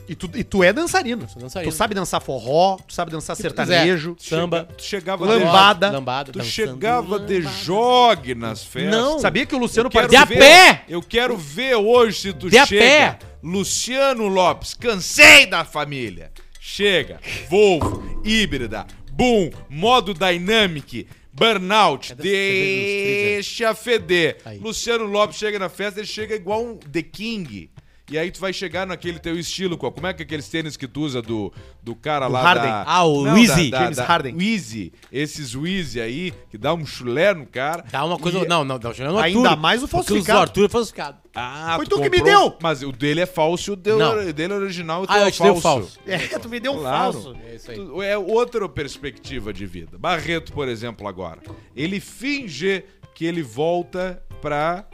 E tu, e tu é dançarino. sou dançarino. Tu sabe dançar forró, tu sabe dançar sertanejo. Zé, samba, Tu chegava Lambada. lambada, Tu dançando. chegava de jogue nas festas. Não. Sabia que o Luciano Eu quero De a participou- ver- pé! Eu quero ver hoje se tu De a chega. pé. Luciano Lopes, cansei da família. Chega. Volvo, híbrida, boom, modo dynamic, burnout, da- cerveja deixa feder. Aí. Luciano Lopes chega na festa, ele chega igual um The King. E aí tu vai chegar naquele teu estilo, qual? Como é que é aqueles tênis que tu usa do, do cara lá Harden. da... Ah, o Não, Wheezy. da- da- James da- Harden. Wheezy. Esses Wheezy aí, que dá um chulé no cara. Dá Tá, uma coisa. E- Não, não, não, não, Ainda mais o falsificado. O Arthur é falsificado. Ah, Foi tu tu que me comprou- deu! Mas o dele é falso, o dele, Não. o dele é original, o teu Ah, é eu te dei o falso. falso. É, tu me deu um Claro. falso. É isso aí. Tu- É outra perspectiva de vida. Barreto, por exemplo, agora. Ele finge que ele volta pra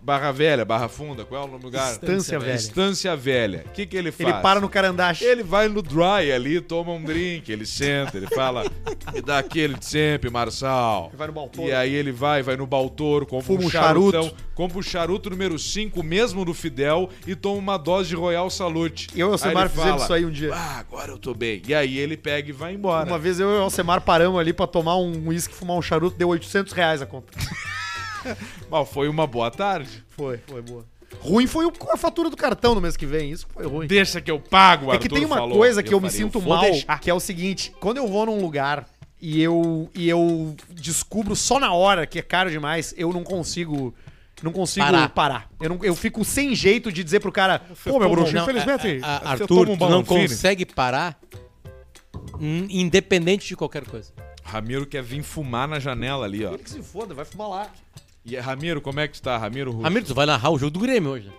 Barra Velha, Barra Funda, qual é o nome do lugar? Estância Velha. Estância Velha. O que, que ele faz? Ele para no carandache. é Ele vai no dry ali, toma um drink, ele senta, ele fala, me dá aquele de sempre, Marçal. Vai no balcão. E aí ele vai, vai no Baltoro, compra Fuma um um charuto. charutão, compra o charuto número 5, mesmo do Fidel, e toma uma dose de Royal Salute. Eu e o Alcemar ele fizemos fala, isso aí um dia. Ah, agora eu tô bem. E aí ele pega e vai embora. Uma vez eu e o Alcemar paramos ali pra tomar um uísque, fumar um charuto, deu 800 reais a conta. Mas foi uma boa tarde. Foi, foi boa. Ruim foi o- a fatura do cartão no mês que vem, isso que foi ruim. Deixa que eu pago, É Arthur que tem uma falou. coisa que eu, me falei, sinto vou mal, deixar. que é o seguinte, quando eu vou num lugar e eu, e eu descubro só na hora que é caro demais, eu não consigo... Não consigo Parar. parar. Eu, não- eu fico sem jeito de dizer pro cara, pô, meu toma bruxo, um- infelizmente. a- a- você Ah, Arthur, toma um tu não Ballanfine? consegue parar hum, independente de qualquer coisa. Ramiro quer vir fumar na janela ali, ó. Ele que se foda, vai fumar lá. Ah, E Ramiro, como é que tu tá? Ramiro Russo. Ramiro, tu vai narrar o jogo do Grêmio hoje, né?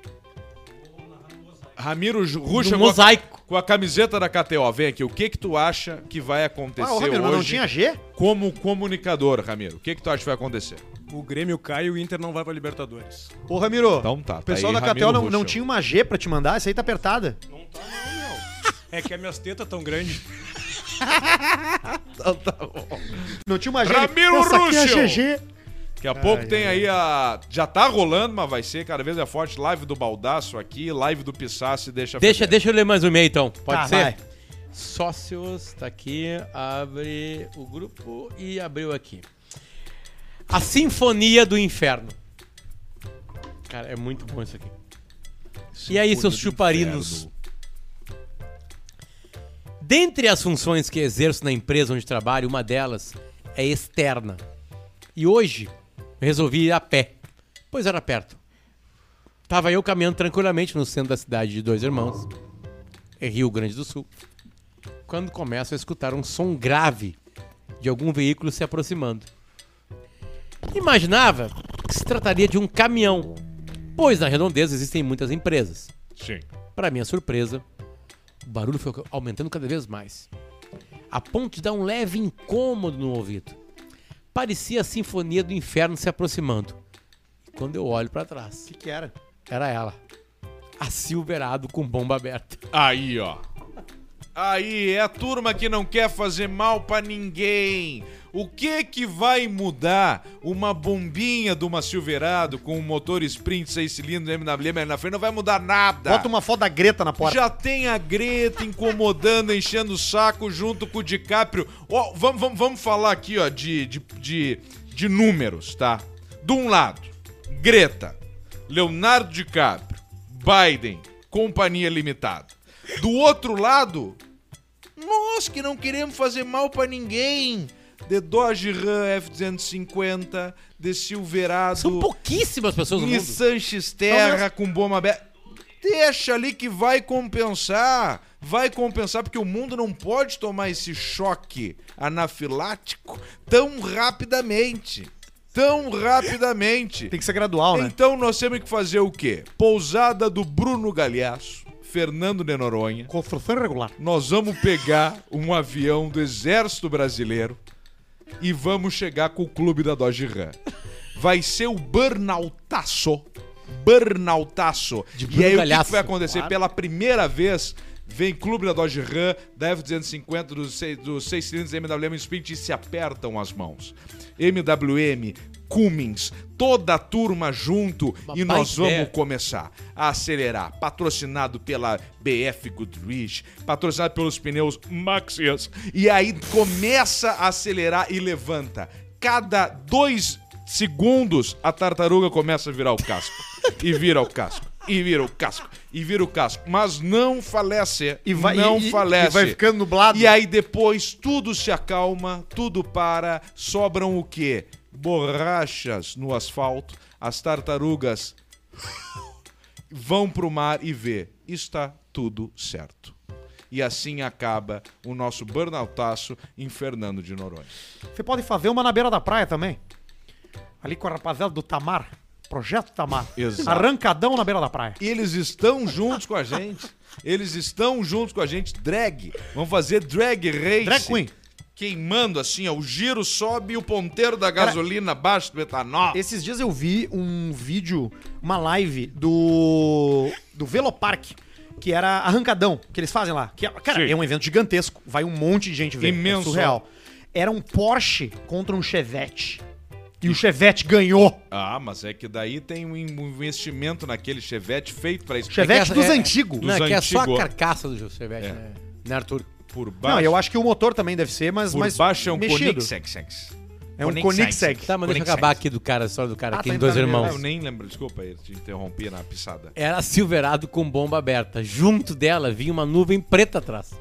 Ramiro Ju- Do Russo chegou a- mosaico. com a camiseta da KTO. Vem aqui, o que que tu acha que vai acontecer Ah, ô, Ramiro, mas não hoje tinha G? como comunicador, Ramiro? O que que tu acha que vai acontecer? O Grêmio cai e o Inter não vai pra Libertadores. Ô, Ramiro, Então tá, tá o pessoal aí, da Catel Ramiro não, não Ruschel. tinha uma G pra te mandar, essa aí tá apertada. É que as minhas tetas tão grandes. Não tinha uma G. Ramiro Essa aqui é a Ruschel. GG. Daqui a pouco tem aí a... Já tá rolando, mas vai ser cada vez é forte. Live do Baldaço aqui, live do Pissace, deixa... Deixa, feder. deixa eu ler mais um e-mail então. Pode Tá, ser? vai. Sócios, tá aqui, abre o grupo e abriu aqui. A Sinfonia do Inferno. Cara, é muito bom isso aqui. e aí, seus chuparinos? Dentre as funções que exerço na empresa onde trabalho, uma delas é externa. E hoje resolvi ir a pé, pois era perto. Tava eu caminhando tranquilamente no centro da cidade de Dois Irmãos, em É Rio Grande do Sul, quando começo a escutar um som grave de algum veículo se aproximando. Imaginava que se trataria de um caminhão, pois na redondeza existem muitas empresas. Sim. Para minha surpresa, o barulho foi aumentando cada vez mais, a ponto de dar um leve incômodo no ouvido. Parecia a sinfonia do inferno se aproximando. E quando eu olho para trás, O que, que era? era ela, a Silverado com bomba aberta. Aí, ó. Aí, é a turma que não quer fazer mal pra ninguém. O que que vai mudar uma bombinha de uma Silverado com um motor sprint 6 cilindros MWM na frente? Não vai mudar nada. Bota uma foto da Greta na porta. Já tem a Greta incomodando, enchendo o saco junto com o DiCaprio. Ó, vamos, vamos, vamos falar aqui, ó, de, de, de, de números, tá? De um lado, Greta, Leonardo DiCaprio, Biden, Companhia Limitada. Do outro lado, nós que não queremos fazer mal pra ninguém. The Dodge Ram F-250, The Silverado... São pouquíssimas pessoas no mundo. Nissan Então, Xterra com bomba aberta. Deixa ali que vai compensar. Vai compensar, porque o mundo não pode tomar esse choque anafilático tão rapidamente. Tão rapidamente. Tem que ser gradual, né? Então nós temos que fazer o quê? Pousada do Bruno Galhaço, Fernando de Noronha. Construção irregular. Nós vamos pegar um avião do Exército Brasileiro e vamos chegar com o clube da Dodge Ram. Vai ser o burnoutaço. Burnoutaço. Bruno E aí o que que, Galhaço. vai acontecer? Pela primeira vez, vem clube da Dodge Ram, da F-250, dos seis, dos seis cilindros MWM Sprint e se apertam as mãos. MWM, Cummins, toda a turma junto Uma e nós baita vamos ideia. começar a acelerar. Patrocinado pela BF Goodrich, patrocinado pelos pneus Maxias. E aí começa a acelerar e levanta. Cada dois segundos, a tartaruga começa a virar o casco. E vira o casco. E vira o casco. E vira o casco. Mas não falece. E vai, não e- e- falece. e vai ficando nublado. E aí depois tudo se acalma, tudo para, sobram o quê? Borrachas no asfalto, as tartarugas vão pro mar e vê, está tudo certo. E assim acaba o nosso burnoutaço em Fernando de Noronha. Você pode fazer uma na beira da praia também. Ali com a rapaziada do Tamar. Projeto Tamar. Exato. Arrancadão na beira da praia. Eles estão juntos com a gente. Eles estão juntos com a gente. Drag. Vamos fazer drag race. Drag queen. queimando assim, ó. O giro sobe e o ponteiro da gasolina baixa do etanol. Esses dias eu vi um vídeo, uma live do do Velopark, que era arrancadão, que eles fazem lá. Que, é- cara, Sim. é um evento gigantesco, vai um monte de gente ver, Imenso. é surreal. Era um Porsche contra um Chevette. E o Chevette ganhou. Ah, mas é que daí tem um investimento naquele Chevette feito pra isso. Chevette essa- dos é- antigos. É. Não, é que é só a antigos. carcaça do Chevette, né? Né, Arthur? Por baixo. Não, eu acho que o motor também deve ser, mas Por mas baixo é um mexido. Koenigsegg. É um Koenigsegg. Tá, mas deixa eu Koenigsegg. acabar aqui do cara, a história do cara, Ah, aqui, tá dois entrando irmãos. Ah, eu nem lembro, desculpa, eu te interrompi na pisada. Era Silverado com bomba aberta. Junto dela vinha uma nuvem preta atrás.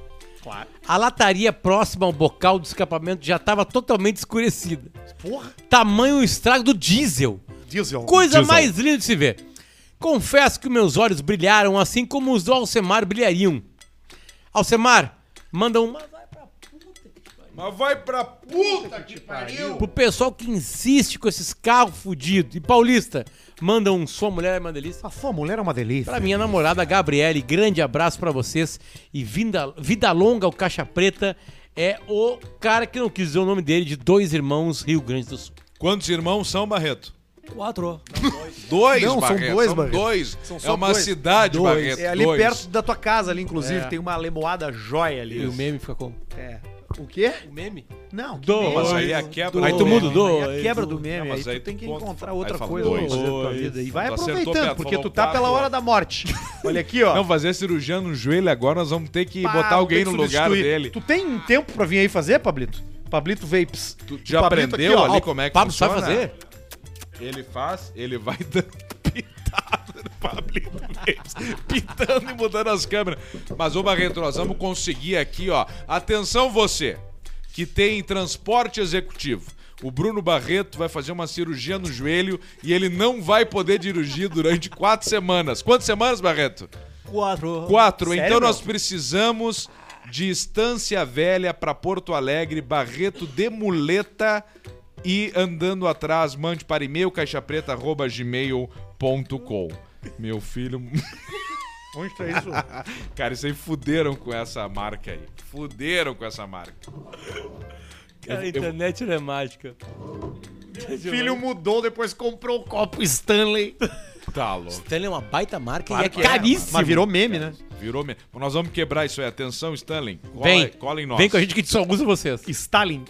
Claro. A lataria próxima ao bocal do escapamento já estava totalmente escurecida. Porra. Tamanho o estrago do diesel. Diesel. Coisa mais linda de se ver. Confesso que meus olhos brilharam assim como os do Alcemar brilhariam. Alcemar, manda um Mas vai pra puta que pariu! pro pessoal que insiste com esses carros fudidos. E paulista, manda um sua mulher é uma delícia. A sua mulher é uma delícia. Pra minha namorada Gabriele, grande abraço pra vocês e vinda, vida longa ao Caixa Preta é o cara que não quis dizer o nome dele de dois irmãos Rio Grande do Sul. Quantos irmãos são, Barreto? Quatro. Dois, Não, são Barreto. dois, são Barreto. dois. São só é uma dois. cidade, Dois. Barreto. É ali dois. perto da tua casa, ali, inclusive, tem uma lemoada jóia ali. E o meme fica como? É. O quê? O meme? Não, que Dois. Mas meme. aí é a quebra. Dois. Aí tu muda o Aí dois. a quebra do meme, Não, aí mas aí tu tu tem que conta- encontrar aí outra fala coisa pra dois. fazer da tua vida. E vai Tu acertou, aproveitando, Pedro, porque tu falou tá pela quatro. hora da morte. Olha aqui, ó. Não, fazer cirurgia no joelho agora, nós vamos ter que Pá, botar alguém no tem que lugar substituir. dele. Tu tem um tempo pra vir aí fazer, Pablito? Pablito Vapes. Tu já Pablito aprendeu aqui, ó. ali como é que Pablo funciona? sabe fazer? Ele faz, ele vai dando pitada no Pablito Mendes, pitando e mudando as câmeras. Mas, ô Barreto, nós vamos conseguir aqui, ó. Atenção você, que tem transporte executivo. O Bruno Barreto vai fazer uma cirurgia no joelho e ele não vai poder dirigir durante quatro semanas. Quantas semanas, Barreto? Quatro. Quatro. Sério, então meu? nós precisamos de Estância Velha pra Porto Alegre, Barreto de muleta e andando atrás, mande para e-mail caixapreta@gmail.com. Meu filho, Onde tá isso? cara, isso aí fuderam com essa marca aí. Fuderam com essa marca. Cara, a internet não é mágica. Filho mudou, depois comprou o copo Stanley. Tá louco. Stanley é uma baita marca e é que é, caríssimo. Mas virou meme, né? Virou mesmo. Nós vamos quebrar isso aí. Atenção, Stanley. Cola, Vem, cola em nós. vem com a gente que só usa vocês. Stalin.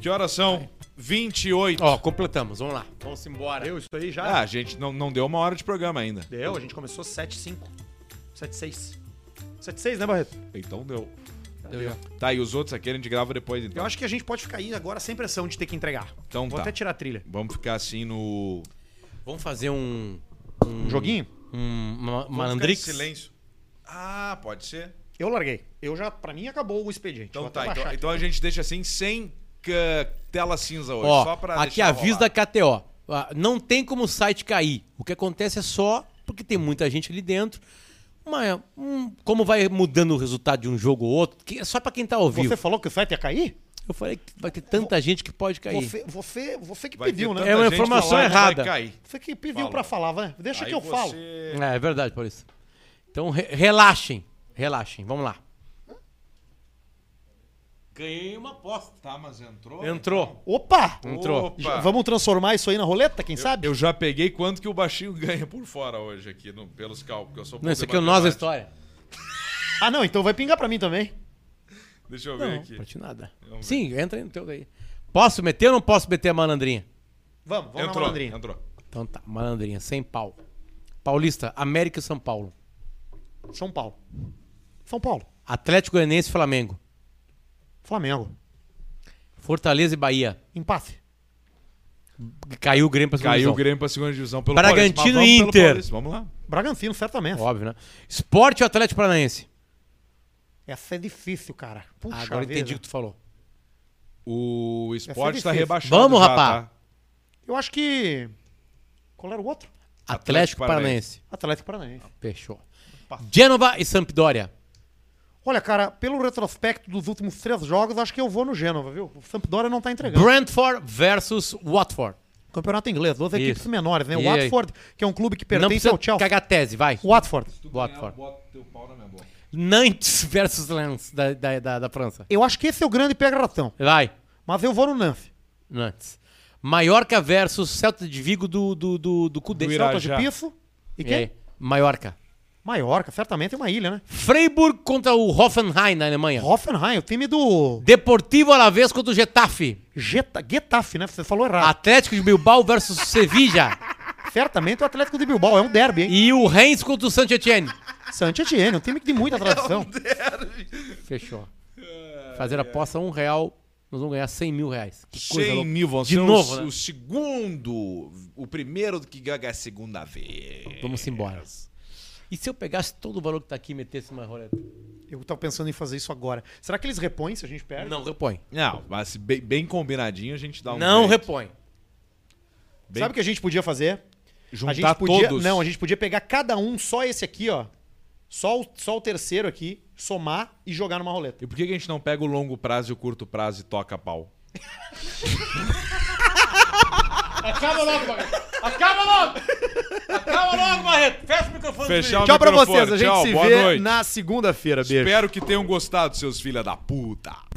Que horas são? 28. Ó, completamos, vamos lá. Vamos embora. Deu isso aí Ah, já? a gente não, não deu uma hora de programa ainda. Deu, a gente começou 7-5. 7-6. 7-6, né, Barreto? Então deu. Deu já. Tá, e os outros aqui a gente grava depois, então. Eu acho que a gente pode ficar aí agora sem pressão de ter que entregar. Então Vou tá. até tirar a trilha. Vamos ficar assim no. Vamos fazer um. Hum. Um joguinho? um ma Mandrix? malandrix? silêncio. Ah, pode ser. Eu larguei. Eu já, pra mim, acabou o expediente. Então Vou até tá, então, baixar aqui. então a gente deixa assim sem ca- tela cinza hoje. Ó, só pra aqui deixar aviso rolar. da KTO. Ah, Não tem como o site cair. O que acontece é só porque tem muita gente ali dentro. Uma- um- como vai mudando o resultado de um jogo ou outro, que é só pra quem tá ao Você vivo. falou que o site ia cair? Eu falei que vai ter tanta gente que pode cair. Você, você, você que Vai ter pediu, né? tanta É uma gente que informação falar que vai errada. cair. Você que pediu Fala. pra falar, vai. Deixa Aí que eu você- falo. É, é verdade, Paulista. Então re- relaxem, relaxem, vamos lá. Ganhei uma aposta. Tá, mas entrou? Entrou, Opa! entrou. Opa. Já- Vamos transformar isso aí na roleta, quem sabe? Eu já peguei quanto que o baixinho ganha por fora hoje aqui, no- pelos cálculos. Eu sou bom Não, isso de aqui é o nós da matemática. história. Ah, não, então vai pingar pra mim também. Deixa eu ver Não, aqui. pra ti nada. Vamos Sim, entra aí no teu daí. Posso meter ou não posso meter a malandrinha? Vamos, vamos na Entrou, malandrinha. entrou. Então tá, malandrinha, sem pau. Paulista, América e São Paulo. São Paulo. São Paulo. Atlético Goianiense e Flamengo. Flamengo. Fortaleza e Bahia. Empate. Caiu o Grêmio pra segunda Caiu o divisão. Grêmio pra segunda divisão pelo Bragantino Paulista, mas e vamos pelo Inter. Paulista, Vamos lá. Bragantino, certamente. Óbvio, né? Esporte ou Atlético Paranaense? Essa é difícil, cara. Puxa, Agora vida. entendi o que tu falou. O esporte difícil. tá rebaixado. Vamos, já, rapá. tá? Eu acho que. Qual era o outro? Atlético, Atlético Paranaense. Atlético Paranaense. Fechou. Pá. Gênova e Sampdoria. Olha, cara, pelo retrospecto dos últimos três jogos, acho que eu vou no Gênova, viu? O Sampdoria não tá entregando. Brentford versus Watford. Campeonato inglês, duas equipes Isso. menores, né? O E aí? Watford, que é um clube que não pertence precisa ao Chelsea. cagar tese, vai. Watford. Watford. Bota teu pau na minha boca. Nantes versus Lens da, da, da, da França. Eu acho que esse é o grande pega-ratão. Vai, Mas eu vou no Nanf. Nantes. Maiorca versus Celta de Vigo do, do, do, do Cudê. Do Irã. Celta de Irajá. Piso. E E aí? quem? Maiorca. Maiorca, certamente é uma ilha, né? Freiburg contra o Hoffenheim na Alemanha. Hoffenheim, o time do Deportivo Alavés contra o Getafe. Geta, Getafe, né? Você falou errado. Atlético de Bilbao versus Sevilla. Ah. Certamente o Atlético de Bilbao. É um derby, hein? E o Reims contra o Saint Etienne. Santi Etienne, um time de É muita tradição. Fechou. Fazer aposta um real, nós vamos ganhar 100 mil reais. Que coisa 100 louca. mil vão é De ser novo, os- né? é o segundo, o primeiro que ganha a segunda vez. Vamos embora. E se eu pegasse todo o valor que tá aqui e metesse uma roleta? Eu tava pensando em fazer isso agora. Será que eles repõem se a gente perde? Não repõe. Não, mas bem, bem combinadinho a gente dá um Não jeito. repõe. Bem- Sabe o que a gente podia fazer? juntar a gente podia, todos. Não, a gente podia pegar cada um, só esse aqui, ó. Só o, só o terceiro aqui, somar e jogar numa roleta. E por que que a gente não pega o longo prazo e o curto prazo e toca pau? Acaba logo, Barreto. Acaba logo. Acaba logo, Barreto. Fecha o microfone. Fechar o Tchau pra microfone. vocês, a gente Tchau, se boa vê noite. na segunda-feira. Beijo. Espero que tenham gostado, seus filha da puta.